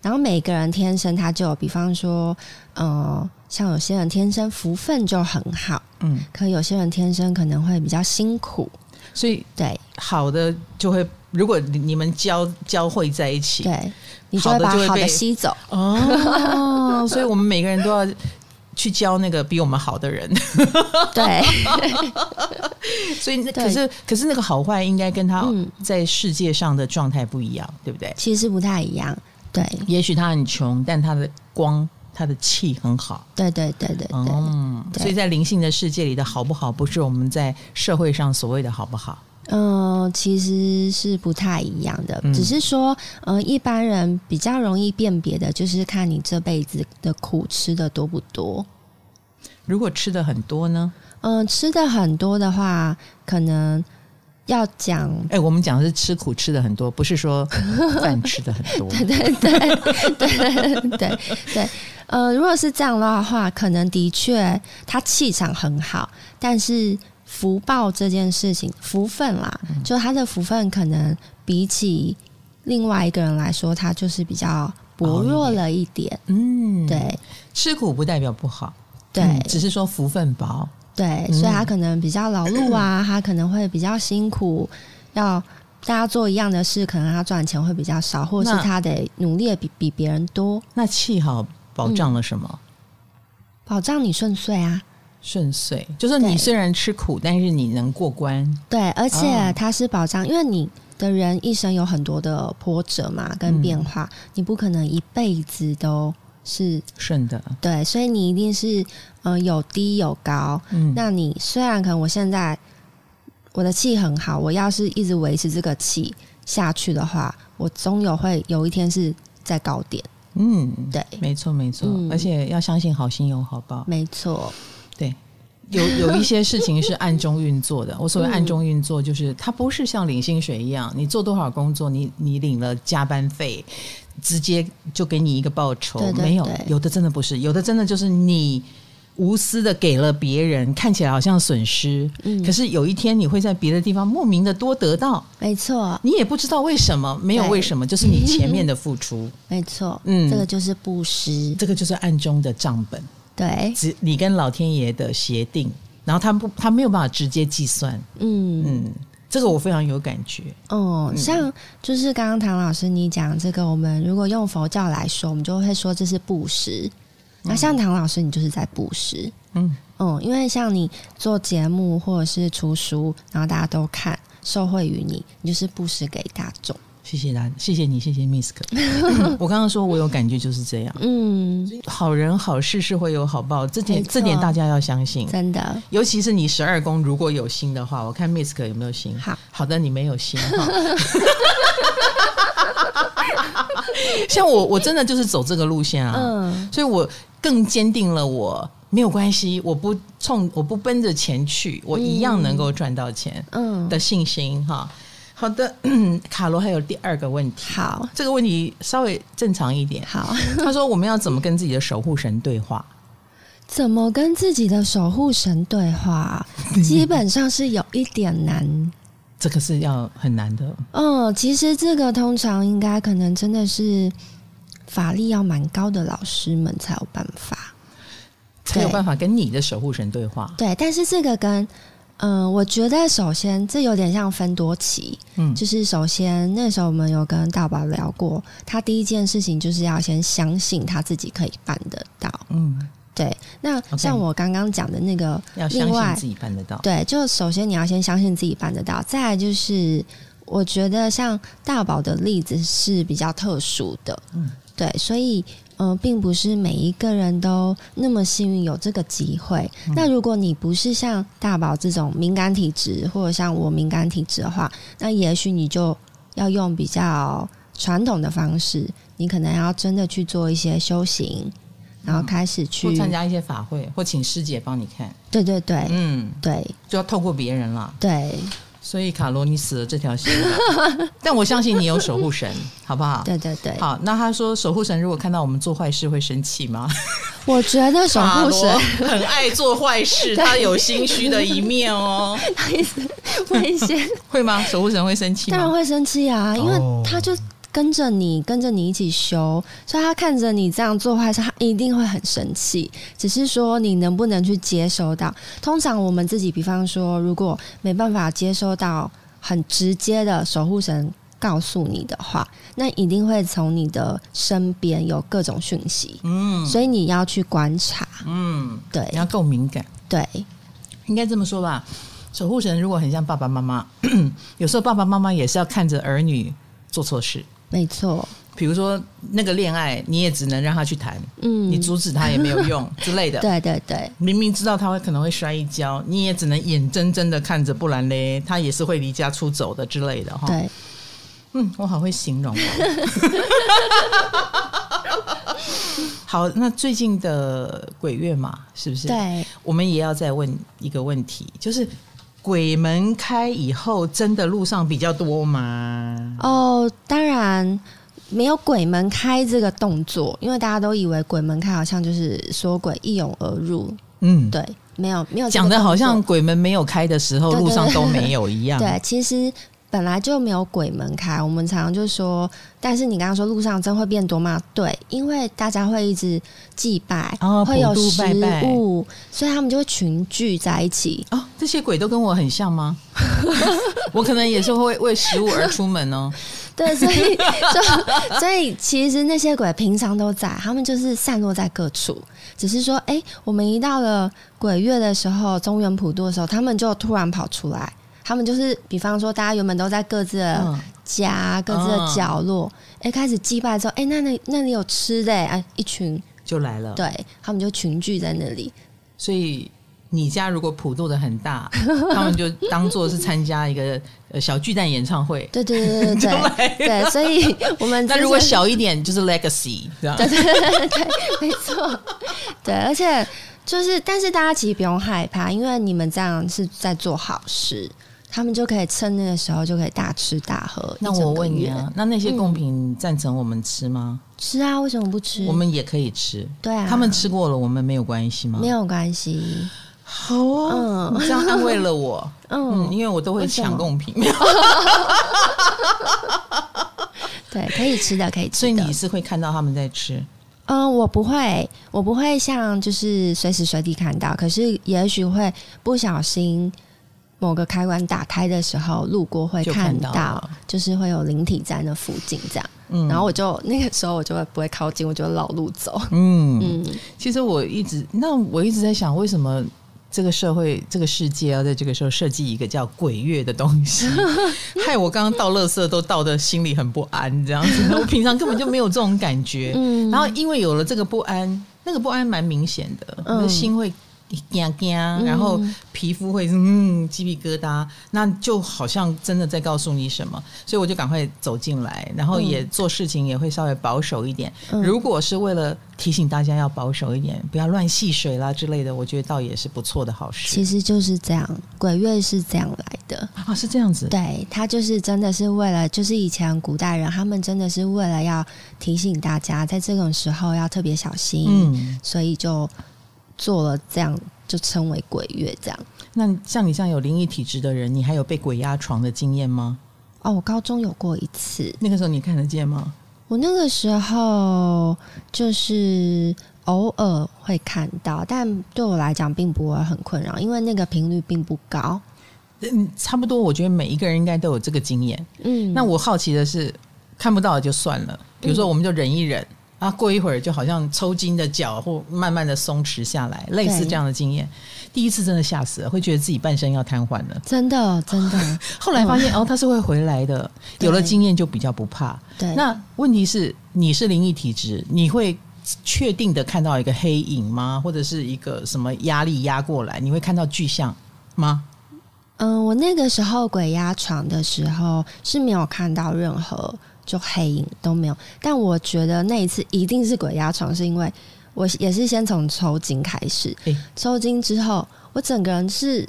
[SPEAKER 2] 然后每个人天生他就有，比方说，呃，像有些人天生福分就很好，
[SPEAKER 1] 嗯，
[SPEAKER 2] 可有些人天生可能会比较辛苦，
[SPEAKER 1] 所以
[SPEAKER 2] 对
[SPEAKER 1] 好的就会，如果你你们交交汇在一起，
[SPEAKER 2] 对，你就会把
[SPEAKER 1] 好的就会
[SPEAKER 2] 好的
[SPEAKER 1] 被 (laughs)
[SPEAKER 2] 吸走。
[SPEAKER 1] 哦，所以我们每个人都要去教那个比我们好的人。 (laughs)
[SPEAKER 2] 对，
[SPEAKER 1] 所以那
[SPEAKER 2] 对
[SPEAKER 1] 可是可是那个好坏应该跟他
[SPEAKER 2] 嗯
[SPEAKER 1] 在世界上的状态不一样，对不对？
[SPEAKER 2] 其实不太一样。对，
[SPEAKER 1] 也许他很穷，但他的光、他的气很好。
[SPEAKER 2] 对对对对对，
[SPEAKER 1] 嗯，
[SPEAKER 2] 对
[SPEAKER 1] 所以在灵性的世界里的好不好，不是我们在社会上所谓的好不好。
[SPEAKER 2] 嗯，其实是不太一样的，
[SPEAKER 1] 嗯
[SPEAKER 2] 只是说，呃，一般人比较容易辨别的，就是看你这辈子的苦吃的多不多。
[SPEAKER 1] 如果吃的很多呢？
[SPEAKER 2] 嗯、吃的很多的话，可能要讲， (laughs)
[SPEAKER 1] 哎、我们讲的是吃苦吃的很多，不是说饭吃的很多。
[SPEAKER 2] (laughs) 对对对对对对，呃，如果是这样的话，可能的确他气场很好，但是福报这件事情，福分啦，就他的福分可能比起另外一个人来说，他就是比较薄弱了一点。
[SPEAKER 1] 嗯，，
[SPEAKER 2] 对
[SPEAKER 1] 吃苦不代表不好，
[SPEAKER 2] 对
[SPEAKER 1] 嗯只是说福分薄。
[SPEAKER 2] 对，所以他可能比较劳碌
[SPEAKER 1] (coughs)
[SPEAKER 2] 啊，他可能会比较辛苦，要。大家做一样的事，可能他赚钱会比较少，或者是
[SPEAKER 1] 那
[SPEAKER 2] 他得努力的比比别人多，
[SPEAKER 1] 那气好保障了什
[SPEAKER 2] 嗯
[SPEAKER 1] 么？
[SPEAKER 2] 保障你顺遂啊。
[SPEAKER 1] 顺遂，就说你
[SPEAKER 2] 对
[SPEAKER 1] 虽然吃苦，但是你能过关。
[SPEAKER 2] 对，而
[SPEAKER 1] 哦
[SPEAKER 2] 且它是保障，因为你的人一生有很多的波折嘛，跟变化，
[SPEAKER 1] 嗯
[SPEAKER 2] 你不可能一辈子都是
[SPEAKER 1] 顺的，
[SPEAKER 2] 对，所以你一定是嗯、呃有低有高。
[SPEAKER 1] 嗯，
[SPEAKER 2] 那你虽然可能我现在我的气很好，我要是一直维持这个气下去的话，我终有会有一天是在高点。
[SPEAKER 1] 嗯，
[SPEAKER 2] 对，
[SPEAKER 1] 没错没错，
[SPEAKER 2] 嗯
[SPEAKER 1] 而且要相信好心有好报，
[SPEAKER 2] 没错，
[SPEAKER 1] 对。有
[SPEAKER 2] (laughs)
[SPEAKER 1] 有一些事情是暗中运作的。我
[SPEAKER 2] 嗯
[SPEAKER 1] 所谓暗中运作，就是它不是像领薪水一样，你做多少工作，你你领了加班费，直接就给你一个报酬。
[SPEAKER 2] 对对
[SPEAKER 1] 没有
[SPEAKER 2] 对，
[SPEAKER 1] 有的真的不是，有的真的就是你无私的给了别人，看起来好像损失，
[SPEAKER 2] 嗯
[SPEAKER 1] 可是有一天你会在别的地方莫名的多得到，
[SPEAKER 2] 没错，
[SPEAKER 1] 你也不知道为什么，没有
[SPEAKER 2] 对
[SPEAKER 1] 为什么，就是你前面的付出，
[SPEAKER 2] 没错，
[SPEAKER 1] 嗯
[SPEAKER 2] 这个就是布施。
[SPEAKER 1] 这个就是暗中的账本。
[SPEAKER 2] 对，
[SPEAKER 1] 只你跟老天爷的协定，然后他不他没有办法直接计算，
[SPEAKER 2] 嗯
[SPEAKER 1] 嗯，这个我非常有感觉，
[SPEAKER 2] 哦，像就是刚刚唐老师你讲这个，我们如果用佛教来说，我们就会说这是布施。那像唐老师，你就是在布施，
[SPEAKER 1] 嗯
[SPEAKER 2] 嗯，因为像你做节目或者是出书，然后大家都看，受惠于你，你就是布施给大众。
[SPEAKER 1] 谢谢大家，谢谢你，谢谢 Misk，我嗯刚刚说我有感觉就是这样，
[SPEAKER 2] 嗯，
[SPEAKER 1] 好人好事是会有好报，这点
[SPEAKER 2] 没错
[SPEAKER 1] 这点大家要相信。
[SPEAKER 2] 真的
[SPEAKER 1] 尤其是你十二宫如果有心的话，我看 Misk 有没有心。
[SPEAKER 2] 好，
[SPEAKER 1] 好的，你没有心哈。 (laughs) 像我，我真的就是走这个路线啊。
[SPEAKER 2] 嗯，
[SPEAKER 1] 所以我更坚定了我没有关系，我不冲，我不奔着钱去，我一样能够赚到钱
[SPEAKER 2] 嗯，
[SPEAKER 1] 的信心哈。好的， (clears throat) 卡罗还有第二个问题，
[SPEAKER 2] 好，
[SPEAKER 1] 这个问题稍微正常一
[SPEAKER 2] (laughs)
[SPEAKER 1] 点。
[SPEAKER 2] 好，
[SPEAKER 1] 他说我们要怎么跟自己的守护神对话？
[SPEAKER 2] 怎么跟自己的守护神对话，基本上是有一点难
[SPEAKER 1] 这个是要很难的，
[SPEAKER 2] 嗯，其实这个通常应该可能真的是法力要蛮高的老师们才有办法。
[SPEAKER 1] 才有办法跟你的守护神对话。
[SPEAKER 2] 对，但是这个跟嗯、呃我觉得首先这有点像分多期，
[SPEAKER 1] 嗯
[SPEAKER 2] 就是首先那时候我们有跟大宝聊过，他第一件事情就是要先相信他自己可以办得到。
[SPEAKER 1] 嗯
[SPEAKER 2] 对，那
[SPEAKER 1] OK
[SPEAKER 2] 像我刚刚讲的那个
[SPEAKER 1] 要相
[SPEAKER 2] 另外
[SPEAKER 1] 信自己办得到。
[SPEAKER 2] 对，就首先你要先相信自己办得到，再来就是我觉得像大宝的例子是比较特殊的，
[SPEAKER 1] 嗯
[SPEAKER 2] 对，所以嗯、呃并不是每一个人都那么幸运有这个机会。
[SPEAKER 1] 嗯
[SPEAKER 2] 那如果你不是像大宝这种敏感体质，或者像我敏感体质的话，那也许你就要用比较传统的方式，你可能要真的去做一些修行。然后开始
[SPEAKER 1] 嗯
[SPEAKER 2] 去
[SPEAKER 1] 或，参加一些法会，或请师姐帮你看，
[SPEAKER 2] 对对对
[SPEAKER 1] 嗯，
[SPEAKER 2] 对
[SPEAKER 1] 就要透过别人啦。
[SPEAKER 2] 对
[SPEAKER 1] 所以卡罗，你死了这条心了，
[SPEAKER 2] (laughs)
[SPEAKER 1] 但我相信你有守护神，好不好？
[SPEAKER 2] 对对对，
[SPEAKER 1] 好，那他说守护神如果看到我们做坏事会生气吗？
[SPEAKER 2] 我觉得守
[SPEAKER 1] 卡
[SPEAKER 2] 护神
[SPEAKER 1] 罗很爱做坏 (laughs) 事，他有心虚的一面哦，
[SPEAKER 2] (laughs) 危险，
[SPEAKER 1] (laughs) 会吗？守护神会生气
[SPEAKER 2] 当然
[SPEAKER 1] 吗？
[SPEAKER 2] 会生气啊，因为
[SPEAKER 1] 哦
[SPEAKER 2] 他就跟着你，跟着你一起修，所以他看着你这样做坏事，他一定会很生气。只是说你能不能去接收到？通常我们自己，比方说，如果没办法接收到很直接的守护神。告诉你的话，那一定会从你的身边有各种讯息，
[SPEAKER 1] 嗯
[SPEAKER 2] 所以你要去观察。
[SPEAKER 1] 嗯，
[SPEAKER 2] 对
[SPEAKER 1] 你要够敏感，
[SPEAKER 2] 对
[SPEAKER 1] 应该这么说吧。守护神如果很像爸爸妈妈， (clears throat) 有时候爸爸妈妈也是要看着儿女做错事，
[SPEAKER 2] 没错，
[SPEAKER 1] 比如说那个恋爱，你也只能让他去谈，
[SPEAKER 2] 嗯，
[SPEAKER 1] 你阻止他也没有用 (laughs) 之类的。
[SPEAKER 2] 对对对，
[SPEAKER 1] 明明知道他会可能会摔一跤，你也只能眼睁睁的看着，不然嘞，他也是会离家出走的之类的哈。
[SPEAKER 2] 对，
[SPEAKER 1] 嗯，我好会形容、哦。 (laughs) 好，那最近的鬼月嘛，是不是？，
[SPEAKER 2] 对，
[SPEAKER 1] 我们也要再问一个问题，就是鬼门开以后，真的路上比较多吗？
[SPEAKER 2] 哦，当然没有鬼门开这个动作，因为大家都以为鬼门开好像就是说鬼一涌而入，
[SPEAKER 1] 嗯，
[SPEAKER 2] 对，没有没有这个
[SPEAKER 1] 讲的好像
[SPEAKER 2] 动作
[SPEAKER 1] 鬼门没有开的时候，
[SPEAKER 2] 对对
[SPEAKER 1] 路上
[SPEAKER 2] 对
[SPEAKER 1] 都没有一样。
[SPEAKER 2] 对，其实。本来就没有鬼门开，我们常常就说，但是你刚刚说路上真会变多吗？对，因为大家会一直祭拜，
[SPEAKER 1] 哦
[SPEAKER 2] 会有
[SPEAKER 1] 普渡
[SPEAKER 2] 食
[SPEAKER 1] 拜拜
[SPEAKER 2] 物，所以他们就会群聚在一起。
[SPEAKER 1] 哦，这些鬼都跟我很像吗？ (laughs) 我可能也是会为食物而出门哦。
[SPEAKER 2] 对，所以 (laughs) 所以所以其实那些鬼平常都在，他们就是散落在各处，只是说，哎、我们一到了鬼月的时候，中原普渡的时候，他们就突然跑出来。他们就是，比方说，大家原本都在各自的
[SPEAKER 1] 嗯，
[SPEAKER 2] 家、各自的角落，哎、开始祭拜之后，哎、那里那里有吃的、哎、啊，一群，
[SPEAKER 1] 就来了。
[SPEAKER 2] 对他们就群聚在那里，
[SPEAKER 1] 所以你家如果普渡的很大， (laughs) 他们就当做是参加一个呃小巨蛋演唱 (laughs) 会。
[SPEAKER 2] 对对对对对
[SPEAKER 1] (laughs)
[SPEAKER 2] 对，所以我们
[SPEAKER 1] 那
[SPEAKER 2] 之
[SPEAKER 1] 如果
[SPEAKER 2] 前
[SPEAKER 1] 小一点，就是 legacy 这
[SPEAKER 2] (laughs)
[SPEAKER 1] 样。
[SPEAKER 2] 没错，对，而且就是，但是大家其实不用害怕，因为你们这样是在做好事，他们就可以趁那个时候就可以大吃大喝。
[SPEAKER 1] (laughs) 那
[SPEAKER 2] 一整
[SPEAKER 1] 我
[SPEAKER 2] 个
[SPEAKER 1] 问你
[SPEAKER 2] 月
[SPEAKER 1] 啊，，那那些贡品你赞成我们吃吗？
[SPEAKER 2] 吃啊，为什么不吃？
[SPEAKER 1] 我们也可以吃，
[SPEAKER 2] 对啊，
[SPEAKER 1] 他们吃过了，我们没有关系吗？
[SPEAKER 2] 没。有关系，
[SPEAKER 1] 好哦，
[SPEAKER 2] 嗯
[SPEAKER 1] 你这样安慰了我。嗯，
[SPEAKER 2] 嗯，
[SPEAKER 1] 因为我都会
[SPEAKER 2] 为什么
[SPEAKER 1] 抢贡品， (laughs)
[SPEAKER 2] 对，可以吃的，可以
[SPEAKER 1] 所以
[SPEAKER 2] 吃的
[SPEAKER 1] 你。是会看到他们在吃。
[SPEAKER 2] 嗯，我不会，我不会像就是随时随地看到，可是也许会不小心。某个开关打开的时候，路过会
[SPEAKER 1] 就
[SPEAKER 2] 看
[SPEAKER 1] 看到了
[SPEAKER 2] 就是会有灵体在那附近这样。
[SPEAKER 1] 嗯
[SPEAKER 2] 然后我就那个时候我就会不会靠近，我就绕路走。
[SPEAKER 1] 嗯，
[SPEAKER 2] 嗯，
[SPEAKER 1] 其实我一直那我一直在想，为什么这个社会、这个世界要在这个时候设计一个叫“鬼月”的东
[SPEAKER 2] (laughs)
[SPEAKER 1] 西？害我刚刚倒垃圾都倒的心里很不安，这样
[SPEAKER 2] (laughs)
[SPEAKER 1] 子。我平常根本就没有这种感觉，
[SPEAKER 2] 嗯
[SPEAKER 1] 然后因为有了这个不安，那个不安蛮明显的，我的
[SPEAKER 2] 嗯
[SPEAKER 1] 心会。嘎嘎，然后皮肤会嗯鸡皮疙瘩，那就好像真的在告诉你什么，所以我就赶快走进来，然后也做事情也会稍微保守一点。
[SPEAKER 2] 嗯
[SPEAKER 1] 如果是为了提醒大家要保守一点，不要乱戏水啦之类的，我觉得倒也是不错的好事
[SPEAKER 2] 其实就是这样，鬼月是这样来的。
[SPEAKER 1] 啊，是这样子。
[SPEAKER 2] 对，他就是真的是为了，就是以前古代人他们真的是为了要提醒大家，在这种时候要特别小心，
[SPEAKER 1] 嗯，
[SPEAKER 2] 所以就做了这样，就称为鬼月这样。
[SPEAKER 1] 那像你这样有灵异体质的人，你还有被鬼压床的经验吗？
[SPEAKER 2] 哦，我高中有过一次，
[SPEAKER 1] 那个时候你看得见吗？
[SPEAKER 2] 我那个时候就是偶尔会看到，但对我来讲并不会很困扰，因为那个频率并不高。
[SPEAKER 1] 嗯，差不多，我觉得每一个人应该都有这个经验。
[SPEAKER 2] 嗯，
[SPEAKER 1] 那我好奇的是，看不到也就算了，比如说我们就忍一忍、啊，过一会儿就好像抽筋的脚或慢慢的松弛下来，类似
[SPEAKER 2] 对
[SPEAKER 1] 这样的经验。第一次真的吓死了，会觉得自己半身要瘫痪了。
[SPEAKER 2] 真的真的，
[SPEAKER 1] 后来发现、哦，它是会回来的，有了
[SPEAKER 2] 嗯对
[SPEAKER 1] 经验就比较不怕。
[SPEAKER 2] 对，
[SPEAKER 1] 那问题是，你是灵异体质，你会确定的看到一个黑影吗？或者是一个什么压力压过来，你会看到具象吗？
[SPEAKER 2] 嗯，我那个时候鬼压床的时候是没有看到任何就黑影都没有，但我觉得那一次一定是鬼压床，是因为我也是先从抽筋开始，
[SPEAKER 1] 诶
[SPEAKER 2] 抽筋之后我整个人是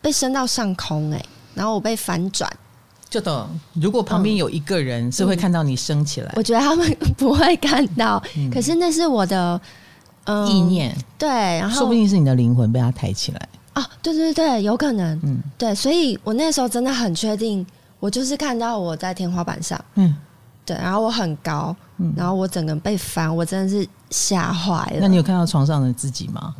[SPEAKER 2] 被升到上空哎、然后我被反转，
[SPEAKER 1] 就等，如果旁边有一个人是会看到你升起来，
[SPEAKER 2] 嗯我觉得他们不会看到，
[SPEAKER 1] 嗯
[SPEAKER 2] 可是那是我的。嗯
[SPEAKER 1] 意念，
[SPEAKER 2] 对，然后
[SPEAKER 1] 说不定是你的灵魂被他抬起来。
[SPEAKER 2] 啊，对对对，有可能，
[SPEAKER 1] 嗯
[SPEAKER 2] 对，所以我那时候真的很确定，我就是看到我在天花板上，
[SPEAKER 1] 嗯
[SPEAKER 2] 对，然后我很高，
[SPEAKER 1] 嗯。
[SPEAKER 2] 然后我整个人被翻，我真的是吓坏了。
[SPEAKER 1] 那你有看到床上的自己吗？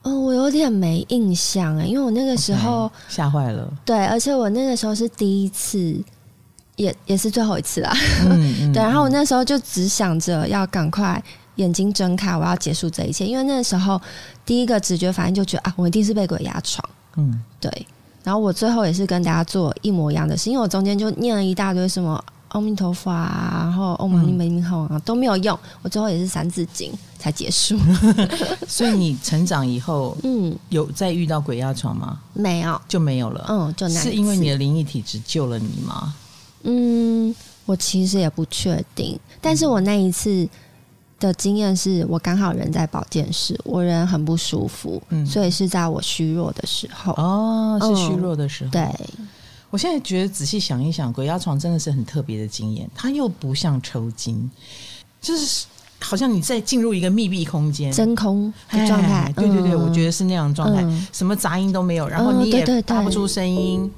[SPEAKER 2] 嗯、我有点没印象哎，因为我那个时候
[SPEAKER 1] OK，吓坏了。
[SPEAKER 2] 对，而且我那个时候是第一次，也也是最后一次啦。 (laughs)
[SPEAKER 1] 嗯，嗯
[SPEAKER 2] 对，然啊后我
[SPEAKER 1] 嗯
[SPEAKER 2] 那时候就只想着要赶快眼睛睁开，我要结束这一切，因为那个时候第一个直觉反应就觉得啊，我一定是被鬼压床。
[SPEAKER 1] 嗯，
[SPEAKER 2] 对，然后我最后也是跟大家做一模一样的事，因为我中间就念了一大堆什么阿弥陀佛啊，然后
[SPEAKER 1] 嗯
[SPEAKER 2] 唵嘛呢呗咪吽啊都没有用，我最后也是三字经才结束。
[SPEAKER 1] 所以你成长以后
[SPEAKER 2] 嗯，
[SPEAKER 1] 有再遇到鬼压床吗？
[SPEAKER 2] 没有，
[SPEAKER 1] 就没有了。
[SPEAKER 2] 嗯，就那一
[SPEAKER 1] 是因为
[SPEAKER 2] 次
[SPEAKER 1] 你的灵异体质救了你吗？
[SPEAKER 2] 嗯，我其实也不确定，但
[SPEAKER 1] 嗯
[SPEAKER 2] 是我那一次的经验是我刚好人在保健室，我人很不舒服，
[SPEAKER 1] 嗯
[SPEAKER 2] 所以是在我虚弱的时候。
[SPEAKER 1] 哦，哎是虚
[SPEAKER 2] 嗯
[SPEAKER 1] 弱的时候。
[SPEAKER 2] 对，
[SPEAKER 1] 我现在觉得仔细想一想，鬼压床真的是很特别的经验，它又不像抽筋，就是好像你在进入一个密闭空间
[SPEAKER 2] 真空的状态
[SPEAKER 1] 哎。对对对，我觉
[SPEAKER 2] 得
[SPEAKER 1] 得是那样的状态，
[SPEAKER 2] 嗯
[SPEAKER 1] 什么杂音都没有，然后
[SPEAKER 2] 嗯
[SPEAKER 1] 你
[SPEAKER 2] 对
[SPEAKER 1] 也
[SPEAKER 2] 对对
[SPEAKER 1] 发不出声音。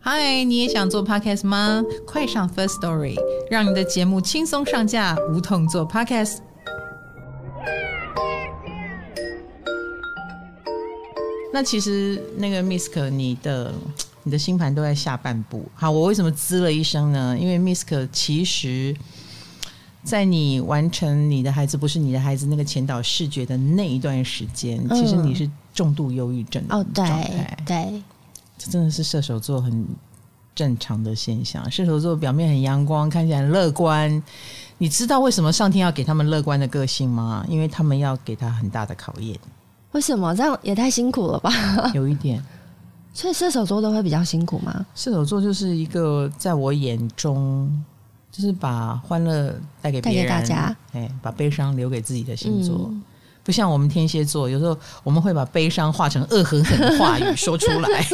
[SPEAKER 1] 嗨，你也想做 podcast 吗？快上 First Story，让你的节目轻松上架，无痛做 podcast。那其实那个 Misk，你的你的星盘都在下半部。好，我为什么滋了一声呢？因为 Misk 其实，在你完成你的孩子不是你的孩子那个前导视觉的那一段时间，
[SPEAKER 2] 嗯
[SPEAKER 1] 其实你是重度忧郁症的
[SPEAKER 2] 哦，
[SPEAKER 1] 嗯
[SPEAKER 2] 对
[SPEAKER 1] 状态，
[SPEAKER 2] 对，
[SPEAKER 1] 这真的是射手座很正常的现象。射手座表面很阳光，看起来很乐观。你知道为什么上天要给他们乐观的个性吗？因为他们要给他很大的考
[SPEAKER 2] (laughs)
[SPEAKER 1] 验，
[SPEAKER 2] 为什么这样也太辛苦了吧？
[SPEAKER 1] 有一点。
[SPEAKER 2] 所以射手座都会比较辛苦吗？
[SPEAKER 1] 射手座就是一个在我眼中，就是把欢乐带给
[SPEAKER 2] 带
[SPEAKER 1] 别
[SPEAKER 2] 给
[SPEAKER 1] 人，
[SPEAKER 2] 大家，嗯
[SPEAKER 1] 哎，把悲伤留给自己的星座。不像我们天蝎座，有时候我们会把悲伤化成恶狠狠的话语说出
[SPEAKER 2] (laughs)
[SPEAKER 1] 来，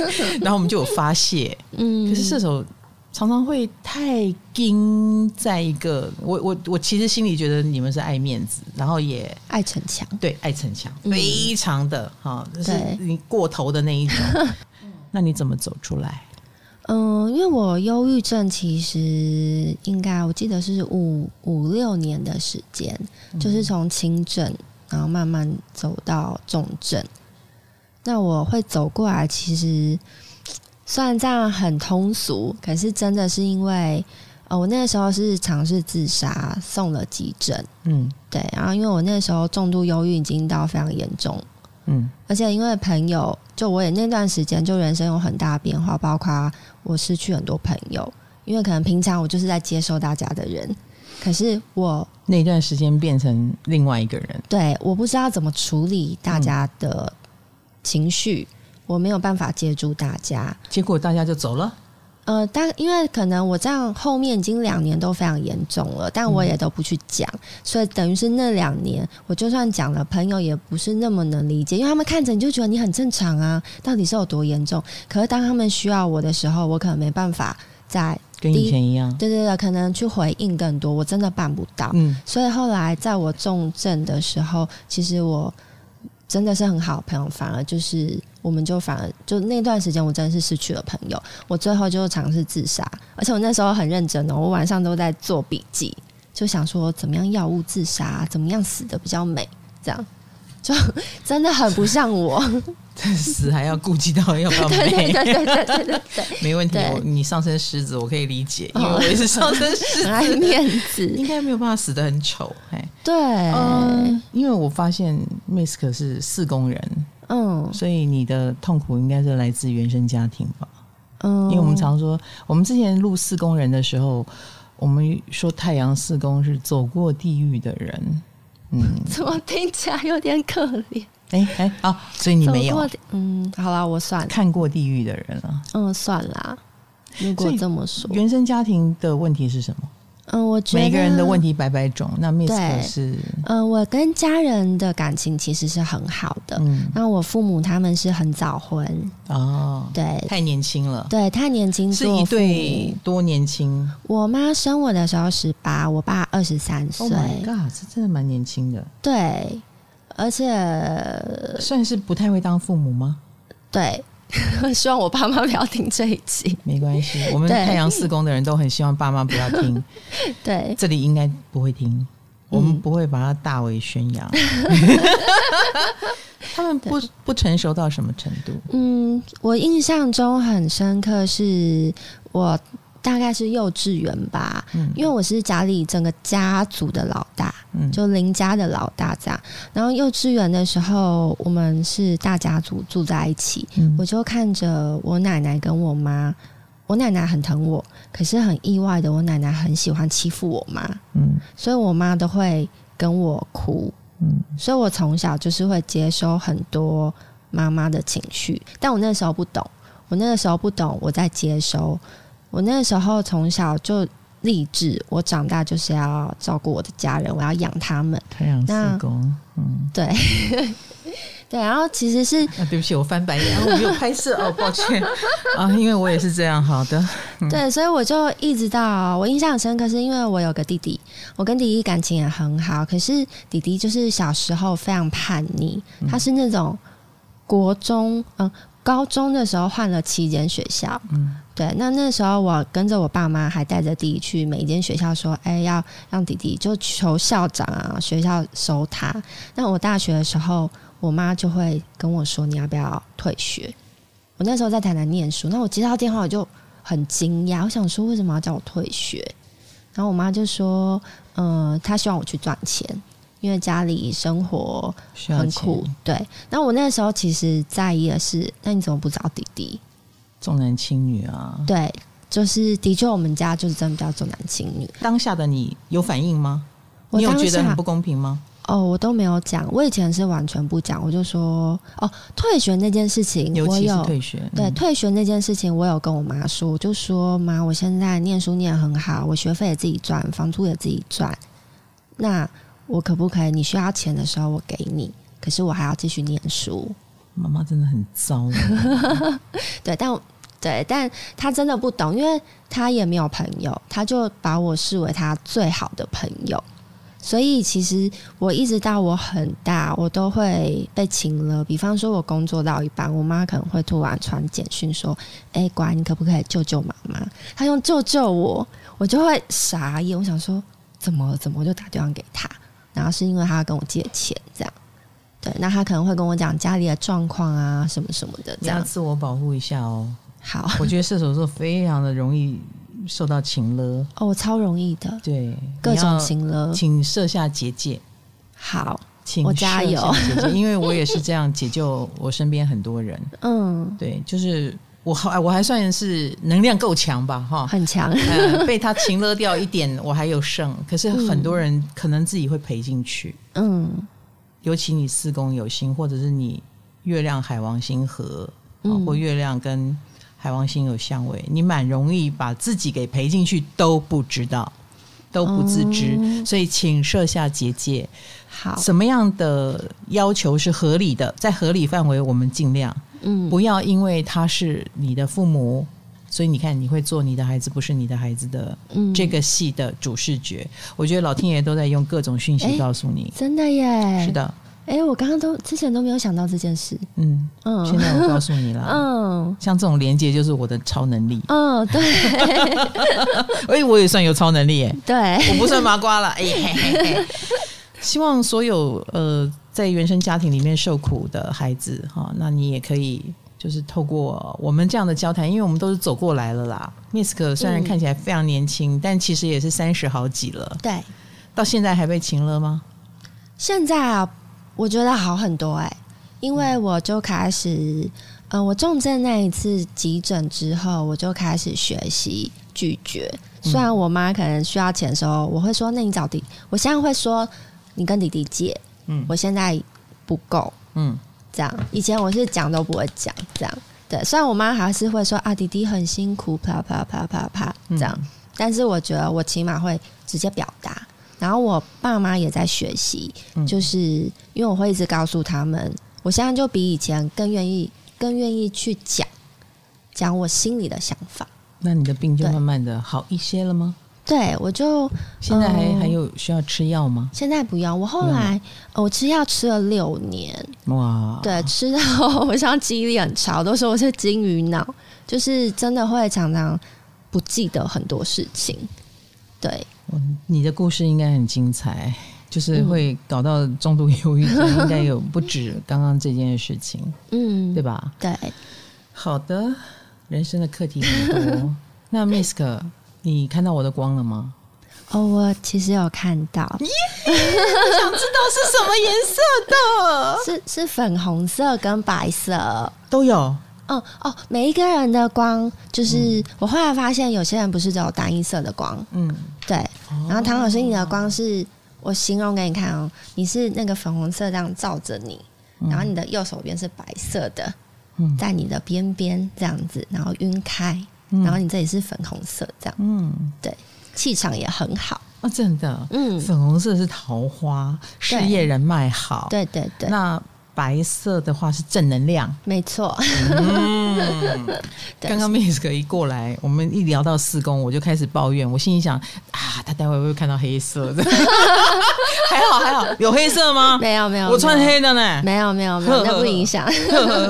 [SPEAKER 1] 然后我们就有发泄。
[SPEAKER 2] 嗯，
[SPEAKER 1] 可是射手常常会太盯在一个，我我我其实心里觉得你们是爱面子，然后也
[SPEAKER 2] 爱逞强，
[SPEAKER 1] 对爱逞强，
[SPEAKER 2] 嗯
[SPEAKER 1] 非常的哈，就是
[SPEAKER 2] 对
[SPEAKER 1] 你过头的那一
[SPEAKER 2] (laughs)
[SPEAKER 1] 种。那你怎么走出来？
[SPEAKER 2] 嗯，因为我忧郁症其实应该我记得是五五六年的时间，就是从轻症，然后慢慢走到重症。那我会走过来，其实虽然这样很通俗，可是真的是因为，呃，我那个时候是尝试自杀，送了急诊，
[SPEAKER 1] 嗯
[SPEAKER 2] 对，然后因为我那时候重度忧郁已经到非常严重，
[SPEAKER 1] 嗯。
[SPEAKER 2] 而且因为朋友，就我也那段时间就人生有很大的变化，包括我失去很多朋友，因为可能平常我就是在接受大家的人，可是我
[SPEAKER 1] 那段时间变成另外一个人，
[SPEAKER 2] 对我不知道怎么处理大家的情绪，我没有办法接住大家。
[SPEAKER 1] 结果大家就走了。
[SPEAKER 2] 呃，但因为可能我这样后面已经两年都非常严重了，但我也都不去讲，所以等于是那两年我就算讲了，朋友也不是那么能理解，因为他们看着你就觉得你很正常啊，到底是有多严重？可是当他们需要我的时候，我可能没办法再
[SPEAKER 1] 跟以前一样。
[SPEAKER 2] 对对对，可能去回应更多，我真的办不到。
[SPEAKER 1] 嗯， (laughs)
[SPEAKER 2] 所以后来在我重症的时候，其实我真的是很好的朋友，反而就是我们就反而就那段时间，我真的是失去了朋友。我最后就尝试自杀，而且我那时候很认真哦，我晚上都在做
[SPEAKER 1] (laughs)
[SPEAKER 2] 笔记，就想说怎么样药物自杀，怎么样死的比较美，这样。就真的很不像我。
[SPEAKER 1] 死还要顾及到要不要
[SPEAKER 2] 对对
[SPEAKER 1] 美，
[SPEAKER 2] 对对对对对对，
[SPEAKER 1] (laughs) 没问题。
[SPEAKER 2] 对
[SPEAKER 1] 我你上身狮子，我可以理解，因
[SPEAKER 2] 哦
[SPEAKER 1] 为我也是上身
[SPEAKER 2] (laughs)
[SPEAKER 1] 狮
[SPEAKER 2] 很爱
[SPEAKER 1] 子，
[SPEAKER 2] 面
[SPEAKER 1] 应 (laughs)
[SPEAKER 2] 子。
[SPEAKER 1] 该没有办法死得很丑。哎，
[SPEAKER 2] 对，
[SPEAKER 1] 嗯，因为我发现 Misk 是四宫人，
[SPEAKER 2] 嗯
[SPEAKER 1] 所以你的痛苦应该是来自原生家庭吧？
[SPEAKER 2] 嗯，
[SPEAKER 1] 因为我们常说，我们之前录四宫人的时候，我们说太阳四宫是走过地狱的人。嗯，
[SPEAKER 2] 怎么听起来有点可怜？
[SPEAKER 1] 哎哎啊，所以你没
[SPEAKER 2] 走
[SPEAKER 1] 有
[SPEAKER 2] 过的？嗯，好啦，我算了，
[SPEAKER 1] 看过地狱的人啊？
[SPEAKER 2] 嗯，算啦。如
[SPEAKER 1] 所
[SPEAKER 2] 果
[SPEAKER 1] 以
[SPEAKER 2] 这么说，
[SPEAKER 1] 原生家庭的问题是什么？
[SPEAKER 2] 嗯，我觉得
[SPEAKER 1] 每个人的问题百百种，那 Misk
[SPEAKER 2] 对
[SPEAKER 1] 是
[SPEAKER 2] 呃，我跟家人的感情其实是很好的。
[SPEAKER 1] 嗯
[SPEAKER 2] 那我父母他们是很早婚，
[SPEAKER 1] 哦，
[SPEAKER 2] 对
[SPEAKER 1] 太年轻了，
[SPEAKER 2] 对，太年轻
[SPEAKER 1] 是
[SPEAKER 2] 做
[SPEAKER 1] 一
[SPEAKER 2] 父母
[SPEAKER 1] 对。多年轻
[SPEAKER 2] 我妈生我的时候十八，我爸二十三岁
[SPEAKER 1] ？Oh，my god，这真的蛮年轻的，
[SPEAKER 2] 对，而且
[SPEAKER 1] 呃算是不太会当父母吗？ (laughs)
[SPEAKER 2] 对，希望我爸妈不要听这一集。
[SPEAKER 1] 没关系，我们
[SPEAKER 2] 对
[SPEAKER 1] 太阳四宫的人都很希望爸妈不要听，
[SPEAKER 2] 对，
[SPEAKER 1] 这里应该不会听，我们不会把它大为宣扬。他们不不成熟到什么程度？
[SPEAKER 2] 嗯，我印象中很深刻是我大概是幼稚园吧，
[SPEAKER 1] 嗯
[SPEAKER 2] 因为我是家里整个家族的老大，
[SPEAKER 1] 嗯，
[SPEAKER 2] 就邻家的老大这样。然后幼稚园的时候，我们是大家族住在一起，
[SPEAKER 1] 嗯
[SPEAKER 2] 我就看着我奶奶跟我妈。我奶奶很疼我，可是很意外的，我奶奶很喜欢欺负我妈，
[SPEAKER 1] 嗯
[SPEAKER 2] 所以我妈都会跟我哭。
[SPEAKER 1] 嗯
[SPEAKER 2] 所以我从小就是会接收很多妈妈的情绪，但我那时候不懂，我那个时候不懂，我在接收，我那个时候从小就立志，我长大就是要照顾我的家人，我要养他们。
[SPEAKER 1] 太阳
[SPEAKER 2] 那
[SPEAKER 1] 四宫，嗯
[SPEAKER 2] 对，对，然后其实是
[SPEAKER 1] 啊，对不起，我翻白眼，啊我没有拍摄
[SPEAKER 2] (laughs)
[SPEAKER 1] 哦，抱歉啊，因为我也是这样，好的，
[SPEAKER 2] 对，所以我就一直到我印象很深刻，是因为我有个弟弟，我跟弟弟感情也很好，可是弟弟就是小时候非常叛逆，他是那种国中嗯。高中的时候换了七间学校，
[SPEAKER 1] 嗯
[SPEAKER 2] 对，那那时候我跟着我爸妈还带着弟弟去每一间学校说，哎、要让弟弟就求校长啊，学校收他。那我大学的时候，我妈就会跟我说，你要不要退学？我那时候在台南念书，那我接到电话我就很惊讶，我想说为什么要叫我退学？然后我妈就说，嗯、她希望我去赚钱，因为家里生活
[SPEAKER 1] 需要
[SPEAKER 2] 很
[SPEAKER 1] 钱
[SPEAKER 2] 苦。对，那我那时候其实在意的是，那你怎么不找弟弟？
[SPEAKER 1] 重男轻女啊，
[SPEAKER 2] 对，就是的确我们家就是真的比较重男轻女。
[SPEAKER 1] 当下的你有反应吗？
[SPEAKER 2] 我
[SPEAKER 1] 你有
[SPEAKER 2] 当
[SPEAKER 1] 觉得
[SPEAKER 2] 下
[SPEAKER 1] 很不公平吗？
[SPEAKER 2] 哦，我都没有讲，我以前是完全不讲，我就说哦，退学那件事情，
[SPEAKER 1] 尤
[SPEAKER 2] 我
[SPEAKER 1] 其是
[SPEAKER 2] 有
[SPEAKER 1] 退学，
[SPEAKER 2] 对
[SPEAKER 1] 嗯
[SPEAKER 2] 退学那件事情，我有跟我妈说，我就说妈，我现在念书念很好，我学费也自己赚，房租也自己赚，那我可不可以你需要钱的时候我给你，可是我还要继续念书？
[SPEAKER 1] 妈妈真的很
[SPEAKER 2] (laughs)
[SPEAKER 1] 糟啊，
[SPEAKER 2] 对，但我对，但他真的不懂，因为他也没有朋友，他就把我视为他最好的朋友。所以其实我一直到我很大，我都会被请了。比方说，我工作到一半，我妈可能会突然传简讯说：“哎、乖，你可不可以救救妈妈？”她用“救救我”，我就会傻眼。我想说，怎么了？怎么？我就打电话给她，然后是因为她要跟我借钱，这样。对，那她可能会跟我讲家里的状况啊，什么什么的，
[SPEAKER 1] 你
[SPEAKER 2] 这
[SPEAKER 1] 要
[SPEAKER 2] 样。
[SPEAKER 1] 自我保护一下哦。
[SPEAKER 2] 好，
[SPEAKER 1] 我觉得射手座非常的容易受到情勒，
[SPEAKER 2] 哦，我超容易的，
[SPEAKER 1] 对
[SPEAKER 2] 各种，型
[SPEAKER 1] 你
[SPEAKER 2] 了
[SPEAKER 1] 要。请设下结界，
[SPEAKER 2] 好，
[SPEAKER 1] 请
[SPEAKER 2] 我加油
[SPEAKER 1] 设下结界，因为我也是这样解救我身边很多人，
[SPEAKER 2] 嗯，
[SPEAKER 1] 对，就是我还我还算是能量够强吧，哈。
[SPEAKER 2] 很强，
[SPEAKER 1] 呃，被他情勒掉一点，我还有剩。可是很多人可能自己会赔进去，
[SPEAKER 2] 嗯
[SPEAKER 1] 尤其你四宫有星，或者是你月亮海王星合，哦
[SPEAKER 2] 嗯
[SPEAKER 1] 或月亮跟海王星有相位，你蛮容易把自己给赔进去，都不知道，都不自知。
[SPEAKER 2] 哦
[SPEAKER 1] 所以，请设下结界，
[SPEAKER 2] 好，
[SPEAKER 1] 什么样的要求是合理的，在合理范围，我们尽量
[SPEAKER 2] 嗯，
[SPEAKER 1] 不要因为他是你的父母，所以你看你会做你的孩子不是你的孩子的
[SPEAKER 2] 嗯
[SPEAKER 1] 这个戏的主视觉。我觉得老天爷都在用各种讯息
[SPEAKER 2] 哎
[SPEAKER 1] 告诉你，
[SPEAKER 2] 真的耶，
[SPEAKER 1] 是，的，
[SPEAKER 2] 哎，我刚刚都之前都没有想到这件事，
[SPEAKER 1] 嗯，现
[SPEAKER 2] 嗯
[SPEAKER 1] 在我告诉你了。
[SPEAKER 2] (laughs) 嗯
[SPEAKER 1] 像这种连接就是我的超能力，
[SPEAKER 2] 嗯，对
[SPEAKER 1] 哎、我也算有超能力耶、
[SPEAKER 2] 对， (laughs)
[SPEAKER 1] 我不算麻瓜了，哎、嘿嘿嘿希望所有呃在原生家庭里面受苦的孩子哈，那你也可以就是透过我们这样的交谈，因为我们都是走过来了啦。Misk 虽然看起来非常年轻，但其实也是三十好几了，
[SPEAKER 2] 对，
[SPEAKER 1] 到现在还被擒了吗？
[SPEAKER 2] 现在啊，我觉得好很多哎、因为我就开始，呃，我重症那一次急诊之后，我就开始学习拒绝。虽然我妈可能需要钱的时候，我会说：“那你找弟。”我现在会说：“你跟弟弟借。”
[SPEAKER 1] 嗯
[SPEAKER 2] 嗯，我现在不够。
[SPEAKER 1] 嗯，
[SPEAKER 2] 这样，以前我是讲都不会讲，这样。对，虽然我妈还是会说啊，弟弟很辛苦，啪啪啪啪啪这样，但是我觉得我起码会直接表达。然后我爸妈也在学习，
[SPEAKER 1] 嗯
[SPEAKER 2] 就是因为我会一直告诉他们，我现在就比以前更愿意、更愿意去讲讲我心里的想法。
[SPEAKER 1] 那你的病就
[SPEAKER 2] 对
[SPEAKER 1] 慢慢的好一些了吗？
[SPEAKER 2] 对我就
[SPEAKER 1] 现在还、
[SPEAKER 2] 嗯
[SPEAKER 1] 还有需要吃药吗？
[SPEAKER 2] 现在不用，我后来、呃我吃药吃了六年，
[SPEAKER 1] 哇，，
[SPEAKER 2] 对，吃到 (laughs) 我像记忆力很差，我都说我是金鱼脑，就是真的会常常不记得很多事情。对，
[SPEAKER 1] 哦你的故事应该很精彩，就是会搞到重度忧郁症，应该有不止刚刚这件事情， (laughs)
[SPEAKER 2] 嗯
[SPEAKER 1] 对，吧？
[SPEAKER 2] (laughs) 对，
[SPEAKER 1] 好的，人生的课题很多。 (laughs) 那 Misk，你看到我的光了吗？
[SPEAKER 2] 哦，我其实有看到，
[SPEAKER 1] 知道是什么颜色的？
[SPEAKER 2] 是是粉红色跟白色。
[SPEAKER 1] 都有，
[SPEAKER 2] 哦哦，每一个人的光，就是、我后来发现，有些人不是只有单一色的光，
[SPEAKER 1] 嗯，
[SPEAKER 2] 对。然后唐老师，你的光是我形容给你看哦，你是那个粉红色这样照着你，然后你的右手边是白色的，
[SPEAKER 1] 嗯
[SPEAKER 2] 在你的边边这样子，然后晕开，
[SPEAKER 1] 嗯
[SPEAKER 2] 然后你这里是粉红色，这样
[SPEAKER 1] 嗯，
[SPEAKER 2] 对，气场也很好。
[SPEAKER 1] 啊，真的，
[SPEAKER 2] 嗯，
[SPEAKER 1] 粉红色是桃花，事业人脉好。，
[SPEAKER 2] 对对对，
[SPEAKER 1] 那白色的话是正能量。
[SPEAKER 2] 没
[SPEAKER 1] (laughs)
[SPEAKER 2] 错。对
[SPEAKER 1] 刚刚 Misk 一过来，我们一聊到四宫，我就开始抱怨，我心里想啊，他待会会不会看到黑色的？ (laughs) 还好还好，有黑色吗？
[SPEAKER 2] 没有没有，
[SPEAKER 1] 我穿黑的呢。
[SPEAKER 2] 没有没有没有，
[SPEAKER 1] 呵呵
[SPEAKER 2] 那不影响。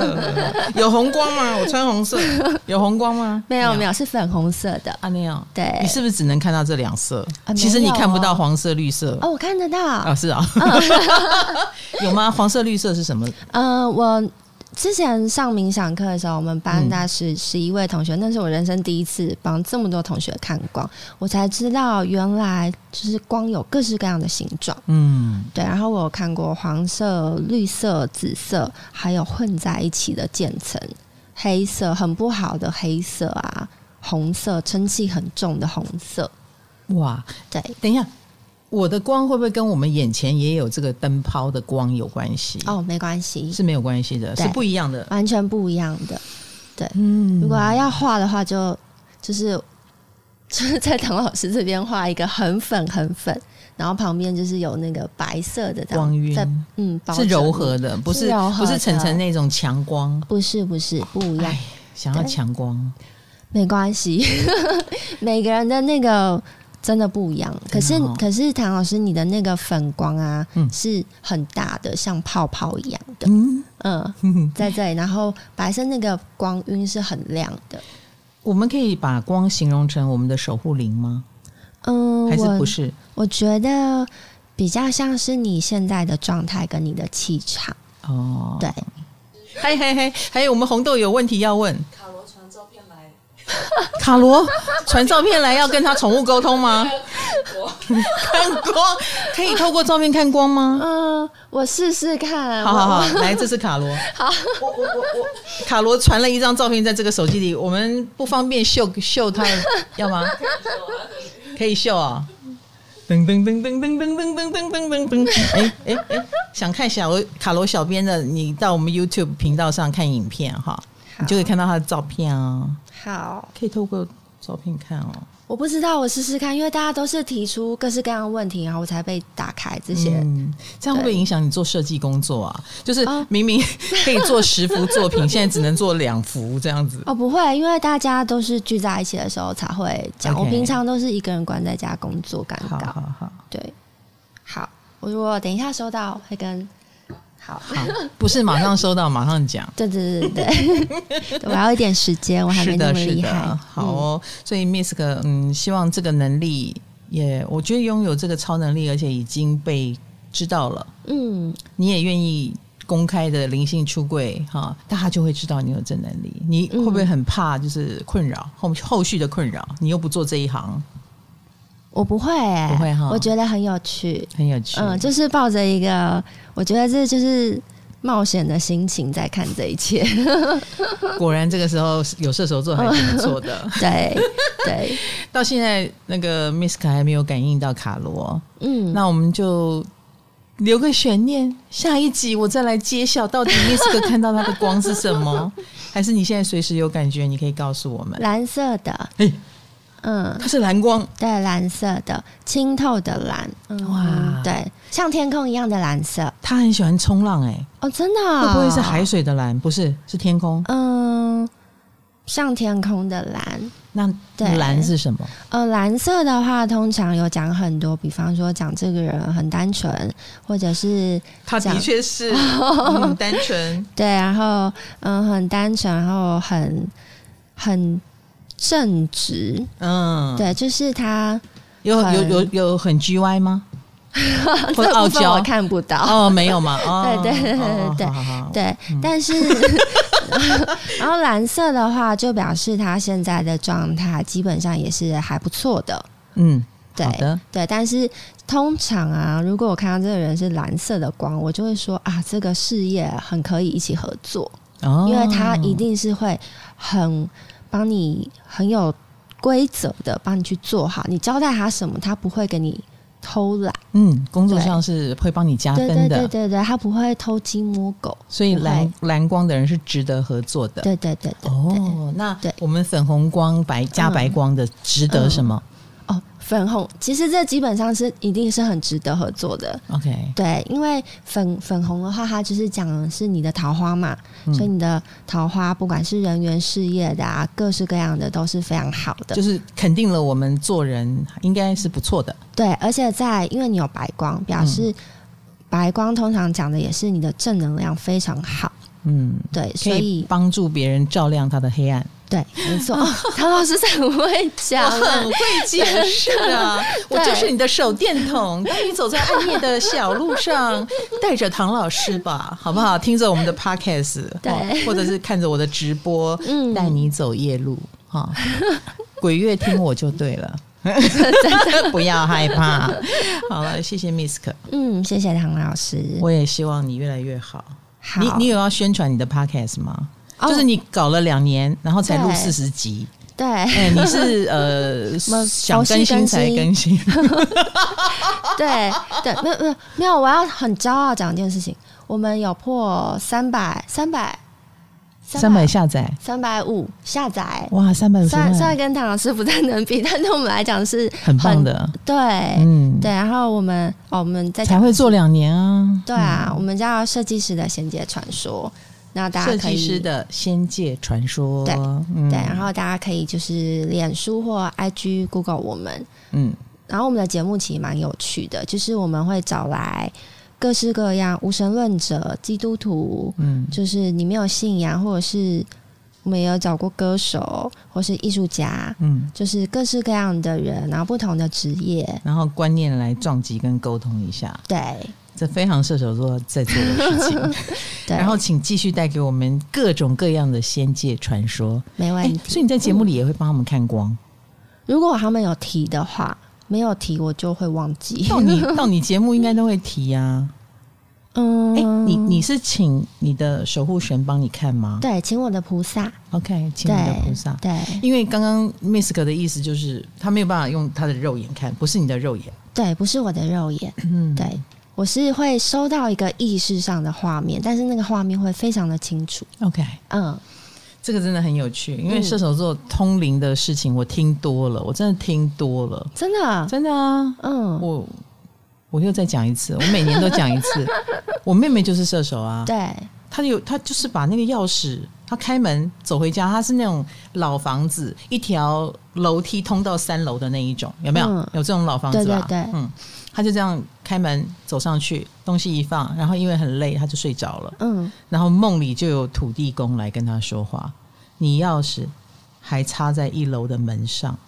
[SPEAKER 1] (laughs) 有红光吗？我穿
[SPEAKER 2] (laughs)
[SPEAKER 1] 红色，有红光吗？
[SPEAKER 2] 没有没有，是粉红色的。
[SPEAKER 1] 啊，没有。
[SPEAKER 2] 对
[SPEAKER 1] 你是不是只能看到这两色？
[SPEAKER 2] 啊
[SPEAKER 1] 其实
[SPEAKER 2] 没
[SPEAKER 1] 你
[SPEAKER 2] 有
[SPEAKER 1] 看不到
[SPEAKER 2] 哦
[SPEAKER 1] 黄色、绿色
[SPEAKER 2] 哦，我哦看得到。
[SPEAKER 1] 啊，是啊， (laughs) 有吗？黄色、绿色是什么？
[SPEAKER 2] 呃，我之前上冥想课的时候，我们班大概
[SPEAKER 1] 嗯
[SPEAKER 2] 十十一位同学，那是我人生第一次帮这么多同学看光，我才知道原来就是光有各式各样的形状。
[SPEAKER 1] 嗯，
[SPEAKER 2] 对，然后我有看过黄色、绿色、紫色，还有混在一起的渐层，黑色很不好的黑色啊，红色蒸汽很重的红色，
[SPEAKER 1] 哇，
[SPEAKER 2] 对，
[SPEAKER 1] 等一下，我的光会不会跟我们眼前也有这个灯泡的光有关系？，
[SPEAKER 2] 哦，没关系，
[SPEAKER 1] 是没有关系的，
[SPEAKER 2] 对
[SPEAKER 1] 是不一样的。
[SPEAKER 2] 完全不一样的。
[SPEAKER 1] 嗯
[SPEAKER 2] 如果要画的话就，就是 (laughs) 就是在唐老师这边画一个很粉很粉，然后旁边就是有那个白色的这样
[SPEAKER 1] 光晕
[SPEAKER 2] 在嗯，包
[SPEAKER 1] 是
[SPEAKER 2] 着
[SPEAKER 1] 柔
[SPEAKER 2] 你
[SPEAKER 1] 和，的，不
[SPEAKER 2] 是
[SPEAKER 1] 是
[SPEAKER 2] 柔和
[SPEAKER 1] 不
[SPEAKER 2] 的
[SPEAKER 1] 是晨晨那种强光。
[SPEAKER 2] 不是不是不一样
[SPEAKER 1] 哎，，想要
[SPEAKER 2] 对
[SPEAKER 1] 强光，
[SPEAKER 2] 没关系， (laughs) 每个人的那个。真的不一样，可是、
[SPEAKER 1] 真的哦
[SPEAKER 2] 可是唐老师，你的那个粉光啊，
[SPEAKER 1] 嗯
[SPEAKER 2] 是很大的，像泡泡一样的，
[SPEAKER 1] 嗯，(laughs)
[SPEAKER 2] 嗯，在这里，然后白色那个光晕是很亮的，
[SPEAKER 1] 我们可以把光形容成我们的守护灵吗？
[SPEAKER 2] 嗯，
[SPEAKER 1] 还是
[SPEAKER 2] 我
[SPEAKER 1] 不是？
[SPEAKER 2] 我觉得比较像是你现在的状态跟你的气场，
[SPEAKER 1] 哦，
[SPEAKER 2] 对，
[SPEAKER 1] 嗨嗨嗨！还有我们红豆有问题要问。卡罗传照片来，卡罗传照片来要跟他宠物沟通吗？看光可以透过照片看光吗？
[SPEAKER 2] 嗯，我试试看，
[SPEAKER 1] 好好
[SPEAKER 2] 我，
[SPEAKER 1] 好，来，这是卡罗。 (laughs) 好，我我我我，卡罗传了一张照片在这个手机里，我们不方便秀秀他， (laughs) 要吗？可以秀啊、噔噔噔噔噔噔噔噔噔噔噔噔，哎哎哎，想看小罗卡罗小编的，你到我们 YouTube 频道上看影片哈，你就可以看到他的照片啊，
[SPEAKER 2] 好，
[SPEAKER 1] 可以透过照片看哦。
[SPEAKER 2] 我不知道，我试试看，因为大家都是提出各式各样的问题，然后我才被打开这些，
[SPEAKER 1] 嗯，这样会不会影响你做设计工作啊？就是
[SPEAKER 2] 哦
[SPEAKER 1] 明明可以做十幅作品，现在只能做两幅这样子。
[SPEAKER 2] 哦，不会，因为大家都是聚在一起的时候才会讲。
[SPEAKER 1] OK
[SPEAKER 2] 我平常都是一个人关在家工作，尴
[SPEAKER 1] 好
[SPEAKER 2] 尬。
[SPEAKER 1] 好好
[SPEAKER 2] 对，好，我如果等一下收到，会跟好，
[SPEAKER 1] 好，不是马上收到，马上讲。
[SPEAKER 2] 对对对对
[SPEAKER 1] (laughs)
[SPEAKER 2] 对，对我要一点时间，我还没
[SPEAKER 1] 是
[SPEAKER 2] 那
[SPEAKER 1] 的，
[SPEAKER 2] 么
[SPEAKER 1] 是
[SPEAKER 2] 厉
[SPEAKER 1] 的，
[SPEAKER 2] 害。嗯
[SPEAKER 1] 好哦。所以 Misk，嗯，希望这个能力也，我觉得拥有这个超能力，而且已经被知道了，
[SPEAKER 2] 嗯，
[SPEAKER 1] 你也愿意公开的灵性出柜哈，大家就会知道你有正能力。你会不会很怕就是困扰后后续的困扰？你又不做这一行，
[SPEAKER 2] 我不会、欸，
[SPEAKER 1] 不会哈
[SPEAKER 2] 我觉得很有趣，
[SPEAKER 1] 很有趣。
[SPEAKER 2] 嗯，就是抱着一个，我觉得这就是冒险的心情在看这一切， (laughs)
[SPEAKER 1] 果然这个时候有射手座还挺不错
[SPEAKER 2] (laughs)
[SPEAKER 1] 的。
[SPEAKER 2] 对对，
[SPEAKER 1] 到现在那个 Miska 还没有感应到卡罗，
[SPEAKER 2] 嗯，
[SPEAKER 1] 那我们就留个悬念，下一集我再来揭晓到底 Miska 看到他的光是什
[SPEAKER 2] (laughs)
[SPEAKER 1] 么，还是你现在随时有感觉，你可以告诉我们。
[SPEAKER 2] 蓝色的，
[SPEAKER 1] 哎
[SPEAKER 2] 嗯，
[SPEAKER 1] 它是蓝光，
[SPEAKER 2] 对，蓝色的，清透的蓝，嗯、
[SPEAKER 1] 哇
[SPEAKER 2] 对，像天空一样的蓝色，
[SPEAKER 1] 他很喜欢冲浪、哎、
[SPEAKER 2] 哦，真的
[SPEAKER 1] 会
[SPEAKER 2] 哦、
[SPEAKER 1] 不会是海水的蓝？不是，是天空。
[SPEAKER 2] 嗯，像天空的蓝。
[SPEAKER 1] 那
[SPEAKER 2] 对
[SPEAKER 1] 蓝是什么？
[SPEAKER 2] 呃，蓝色的话，通常有讲很多，比方说讲这个人很单纯，或者是
[SPEAKER 1] 他
[SPEAKER 2] 这样
[SPEAKER 1] 确是嗯单
[SPEAKER 2] (laughs)
[SPEAKER 1] 纯，
[SPEAKER 2] 对，然后嗯，很单纯，然后很很正直，
[SPEAKER 1] 嗯，
[SPEAKER 2] 对，就是他 (laughs)
[SPEAKER 1] 有有
[SPEAKER 2] 很
[SPEAKER 1] 有有很 G Y 吗？或者
[SPEAKER 2] 这
[SPEAKER 1] 傲
[SPEAKER 2] 部分我
[SPEAKER 1] 娇？
[SPEAKER 2] 看不到，
[SPEAKER 1] 哦，没有
[SPEAKER 2] (laughs)
[SPEAKER 1] 嘛，哦，
[SPEAKER 2] 对对
[SPEAKER 1] 哦
[SPEAKER 2] 对
[SPEAKER 1] 好好好
[SPEAKER 2] 对，
[SPEAKER 1] (laughs)
[SPEAKER 2] 但是然后蓝色的话，就表示他现在的状态基本上也是还不错的，
[SPEAKER 1] 嗯，
[SPEAKER 2] 对
[SPEAKER 1] 好的，
[SPEAKER 2] 对，但是通常啊，如果我看到这个人是蓝色的光，我就会说啊，这个事业很可以一起合作，
[SPEAKER 1] 哦，
[SPEAKER 2] 因为他一定是会很帮你很有规则的帮你去做好，你交代他什么，他不会给你偷懒，
[SPEAKER 1] 嗯，工作上是会帮你加
[SPEAKER 2] 对
[SPEAKER 1] 分
[SPEAKER 2] 对对
[SPEAKER 1] 啊的，
[SPEAKER 2] 对对，他不会偷鸡摸狗，
[SPEAKER 1] 所以
[SPEAKER 2] 不会
[SPEAKER 1] 蓝蓝光的人是值得合作的。
[SPEAKER 2] 对对对对
[SPEAKER 1] 哦，那
[SPEAKER 2] 对嗯
[SPEAKER 1] 我们粉红光白加白光的值得什么
[SPEAKER 2] 哦，粉红其实这基本上是一定是很值得合作的。
[SPEAKER 1] ？OK，
[SPEAKER 2] 嗯对，因为粉粉红的话，它就是讲的是你的桃花嘛，
[SPEAKER 1] 嗯
[SPEAKER 2] 所以你的桃花不管是人员事业的啊，各式各样的都是非常好的
[SPEAKER 1] 就。是肯定了我们做人应该是不错的。
[SPEAKER 2] 对，而且在因为你有白光，表示
[SPEAKER 1] 嗯
[SPEAKER 2] 白光通常讲的也是你的正能量非常好。
[SPEAKER 1] 嗯，
[SPEAKER 2] 对，
[SPEAKER 1] 可
[SPEAKER 2] 所
[SPEAKER 1] 以
[SPEAKER 2] 以
[SPEAKER 1] 帮助别人照亮他的黑暗。
[SPEAKER 2] 对，没错，哦唐老师是很会讲啊。
[SPEAKER 1] 会解释啊！我就是你的手电筒，带你走在暗夜的小路
[SPEAKER 2] (laughs)
[SPEAKER 1] 上，带着唐老师吧，好不好？听着我们的 podcast，
[SPEAKER 2] 对
[SPEAKER 1] 哦或者是看着我的直播，
[SPEAKER 2] 嗯
[SPEAKER 1] 带你走夜路
[SPEAKER 2] (laughs)
[SPEAKER 1] 哈。鬼月听我就对了，不要害怕。好了，谢谢 Misk，
[SPEAKER 2] 嗯，谢谢唐老师。
[SPEAKER 1] 我也希望你越来越好。
[SPEAKER 2] 好，
[SPEAKER 1] 你你有要宣传你的 podcast 吗？
[SPEAKER 2] 哦
[SPEAKER 1] 就是你搞了两年，然后才录
[SPEAKER 2] 对
[SPEAKER 1] 四十集。(laughs)
[SPEAKER 2] 对，
[SPEAKER 1] 哎、你是呃
[SPEAKER 2] 么
[SPEAKER 1] 想
[SPEAKER 2] 佛
[SPEAKER 1] 更
[SPEAKER 2] 系
[SPEAKER 1] 新
[SPEAKER 2] 更
[SPEAKER 1] 才
[SPEAKER 2] 新
[SPEAKER 1] 更新，
[SPEAKER 2] (laughs) 对对，没有没有没有，我要很骄傲讲一件事情，我们有破三百三百
[SPEAKER 1] (laughs) 三百下载，
[SPEAKER 2] 三百五下载，
[SPEAKER 1] 哇，三百五十
[SPEAKER 2] 虽然虽
[SPEAKER 1] 万
[SPEAKER 2] 然，跟唐老师不太能比， (laughs) 但对我们来讲是
[SPEAKER 1] 很棒的，
[SPEAKER 2] 对、
[SPEAKER 1] 嗯，
[SPEAKER 2] 对。然后我们哦，我们在
[SPEAKER 1] 才
[SPEAKER 2] 讲
[SPEAKER 1] 会做两年啊。
[SPEAKER 2] 对啊，我们叫设计师的衔接传说，那大
[SPEAKER 1] 设
[SPEAKER 2] 家可
[SPEAKER 1] 计
[SPEAKER 2] 以
[SPEAKER 1] 师的《仙界传说》
[SPEAKER 2] 对
[SPEAKER 1] 嗯
[SPEAKER 2] 对，然后大家可以就是脸书或 IG、Google 我们，
[SPEAKER 1] 嗯，
[SPEAKER 2] 然后我们的节目其实蛮有趣的，就是我们会找来各式各样无神论者、基督徒，
[SPEAKER 1] 嗯
[SPEAKER 2] 就是你没有信仰，或者是我们也有找过歌手或是艺术家，
[SPEAKER 1] 嗯，
[SPEAKER 2] 就是各式各样的人，然后不同的职业，
[SPEAKER 1] 然后观念来撞击跟沟通一下，
[SPEAKER 2] 对
[SPEAKER 1] 这非常射手座在做的事 (laughs) 情。
[SPEAKER 2] 对，
[SPEAKER 1] 然后请继续带给我们各种各样的《仙界传说》
[SPEAKER 2] 没问
[SPEAKER 1] 哎，
[SPEAKER 2] 题。
[SPEAKER 1] 所以你在节目里也会帮他们看光。
[SPEAKER 2] 如果他们有提的话，没有提我就会忘记。
[SPEAKER 1] 到你到你节目应该都会提啊。
[SPEAKER 2] 嗯，
[SPEAKER 1] 哎、你你是请你的守护神帮你看吗
[SPEAKER 2] 对，请我的菩萨，
[SPEAKER 1] ？OK，请你的
[SPEAKER 2] 对
[SPEAKER 1] 菩萨。
[SPEAKER 2] 对
[SPEAKER 1] 因为刚刚 Misk 的意思就是他没有办法用他的肉眼看，不是你的肉眼。
[SPEAKER 2] 对，不是我的肉眼，
[SPEAKER 1] 嗯，
[SPEAKER 2] 对我是会收到一个意识上的画面，但是那个画面会非常的清楚。
[SPEAKER 1] ，OK，
[SPEAKER 2] 嗯，
[SPEAKER 1] 这个真的很有趣，因为
[SPEAKER 2] 嗯
[SPEAKER 1] 射手座通灵的事情我听多了，我真的听多了，
[SPEAKER 2] 真的，
[SPEAKER 1] 真的啊，
[SPEAKER 2] 嗯，
[SPEAKER 1] 我我又再讲一次，我每年都讲一次。我妹妹就是射手啊，
[SPEAKER 2] 对，
[SPEAKER 1] 她有她就是把那个钥匙，她开门走回家，她是那种老房子，一条楼梯通到三楼的那一种，有没有？
[SPEAKER 2] 嗯
[SPEAKER 1] 有这种老房子吧？
[SPEAKER 2] 对对对
[SPEAKER 1] 嗯，她就这样开门走上去，东西一放，然后因为很累，她就睡着了。
[SPEAKER 2] 嗯，
[SPEAKER 1] 然后梦里就有土地公来跟她说话，你钥匙还插在一楼的门上。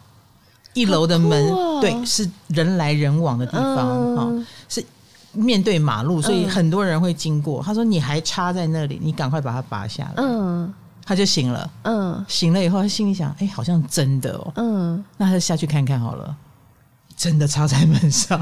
[SPEAKER 1] 一楼的门、
[SPEAKER 2] 好酷哦
[SPEAKER 1] 对，是人来人往的地方哈、
[SPEAKER 2] 嗯，
[SPEAKER 1] 是面对马路，所以
[SPEAKER 2] 嗯
[SPEAKER 1] 很多人会经过。他说：“你还插在那里，你赶快把它拔下来。
[SPEAKER 2] 嗯
[SPEAKER 1] 他就醒了，
[SPEAKER 2] 嗯
[SPEAKER 1] 醒了以后，他心里想：“哎、好像真的哦，
[SPEAKER 2] 嗯，
[SPEAKER 1] 那他就下去看看好了。”真的插在门上，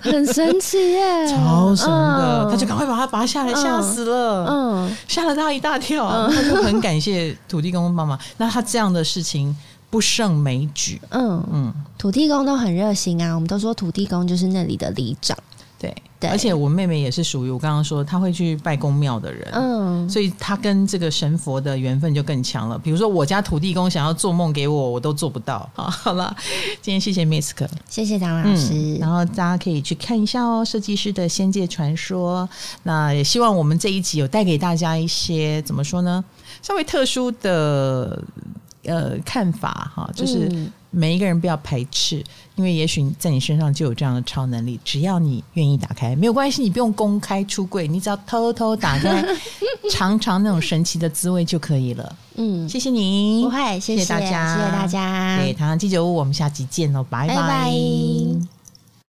[SPEAKER 2] 很神奇
[SPEAKER 1] (laughs)
[SPEAKER 2] 耶，
[SPEAKER 1] 超神的，
[SPEAKER 2] 嗯
[SPEAKER 1] 他就赶快把它拔下来，吓
[SPEAKER 2] 嗯
[SPEAKER 1] 死了。
[SPEAKER 2] 嗯
[SPEAKER 1] 吓了他一大跳，啊他就很感谢土地公帮忙。那他这样的事情不胜枚举，
[SPEAKER 2] 嗯，
[SPEAKER 1] 嗯，
[SPEAKER 2] 土地公都很热心啊，我们都说土地公就是那里的里长，
[SPEAKER 1] 对，
[SPEAKER 2] 对
[SPEAKER 1] 而且我妹妹也是属于我刚刚说她会去拜公庙的人，
[SPEAKER 2] 嗯
[SPEAKER 1] 所以她跟这个神佛的缘分就更强了。比如说我家土地公想要做梦给我，我都做不到。 (laughs) 好，好了，今天谢谢 Misk，
[SPEAKER 2] 谢谢唐老师，
[SPEAKER 1] 然后大家可以去看一下哦，《设计师的仙界传说》。那也希望我们这一集有带给大家一些怎么说呢，稍微特殊的呃看法哈，就是
[SPEAKER 2] 嗯
[SPEAKER 1] 每一个人不要排斥，因为也许在你身上就有这样的超能力，只要你愿意打开，没有关系，你不用公开出柜，你只要偷偷打开，尝尝那种神奇的滋味就可以了。
[SPEAKER 2] 嗯，
[SPEAKER 1] 谢谢你，
[SPEAKER 2] 不会，谢
[SPEAKER 1] 谢大家
[SPEAKER 2] 谢谢大家，
[SPEAKER 1] 对，唐唐鸡酒屋，我们下集见喽，拜
[SPEAKER 2] 拜拜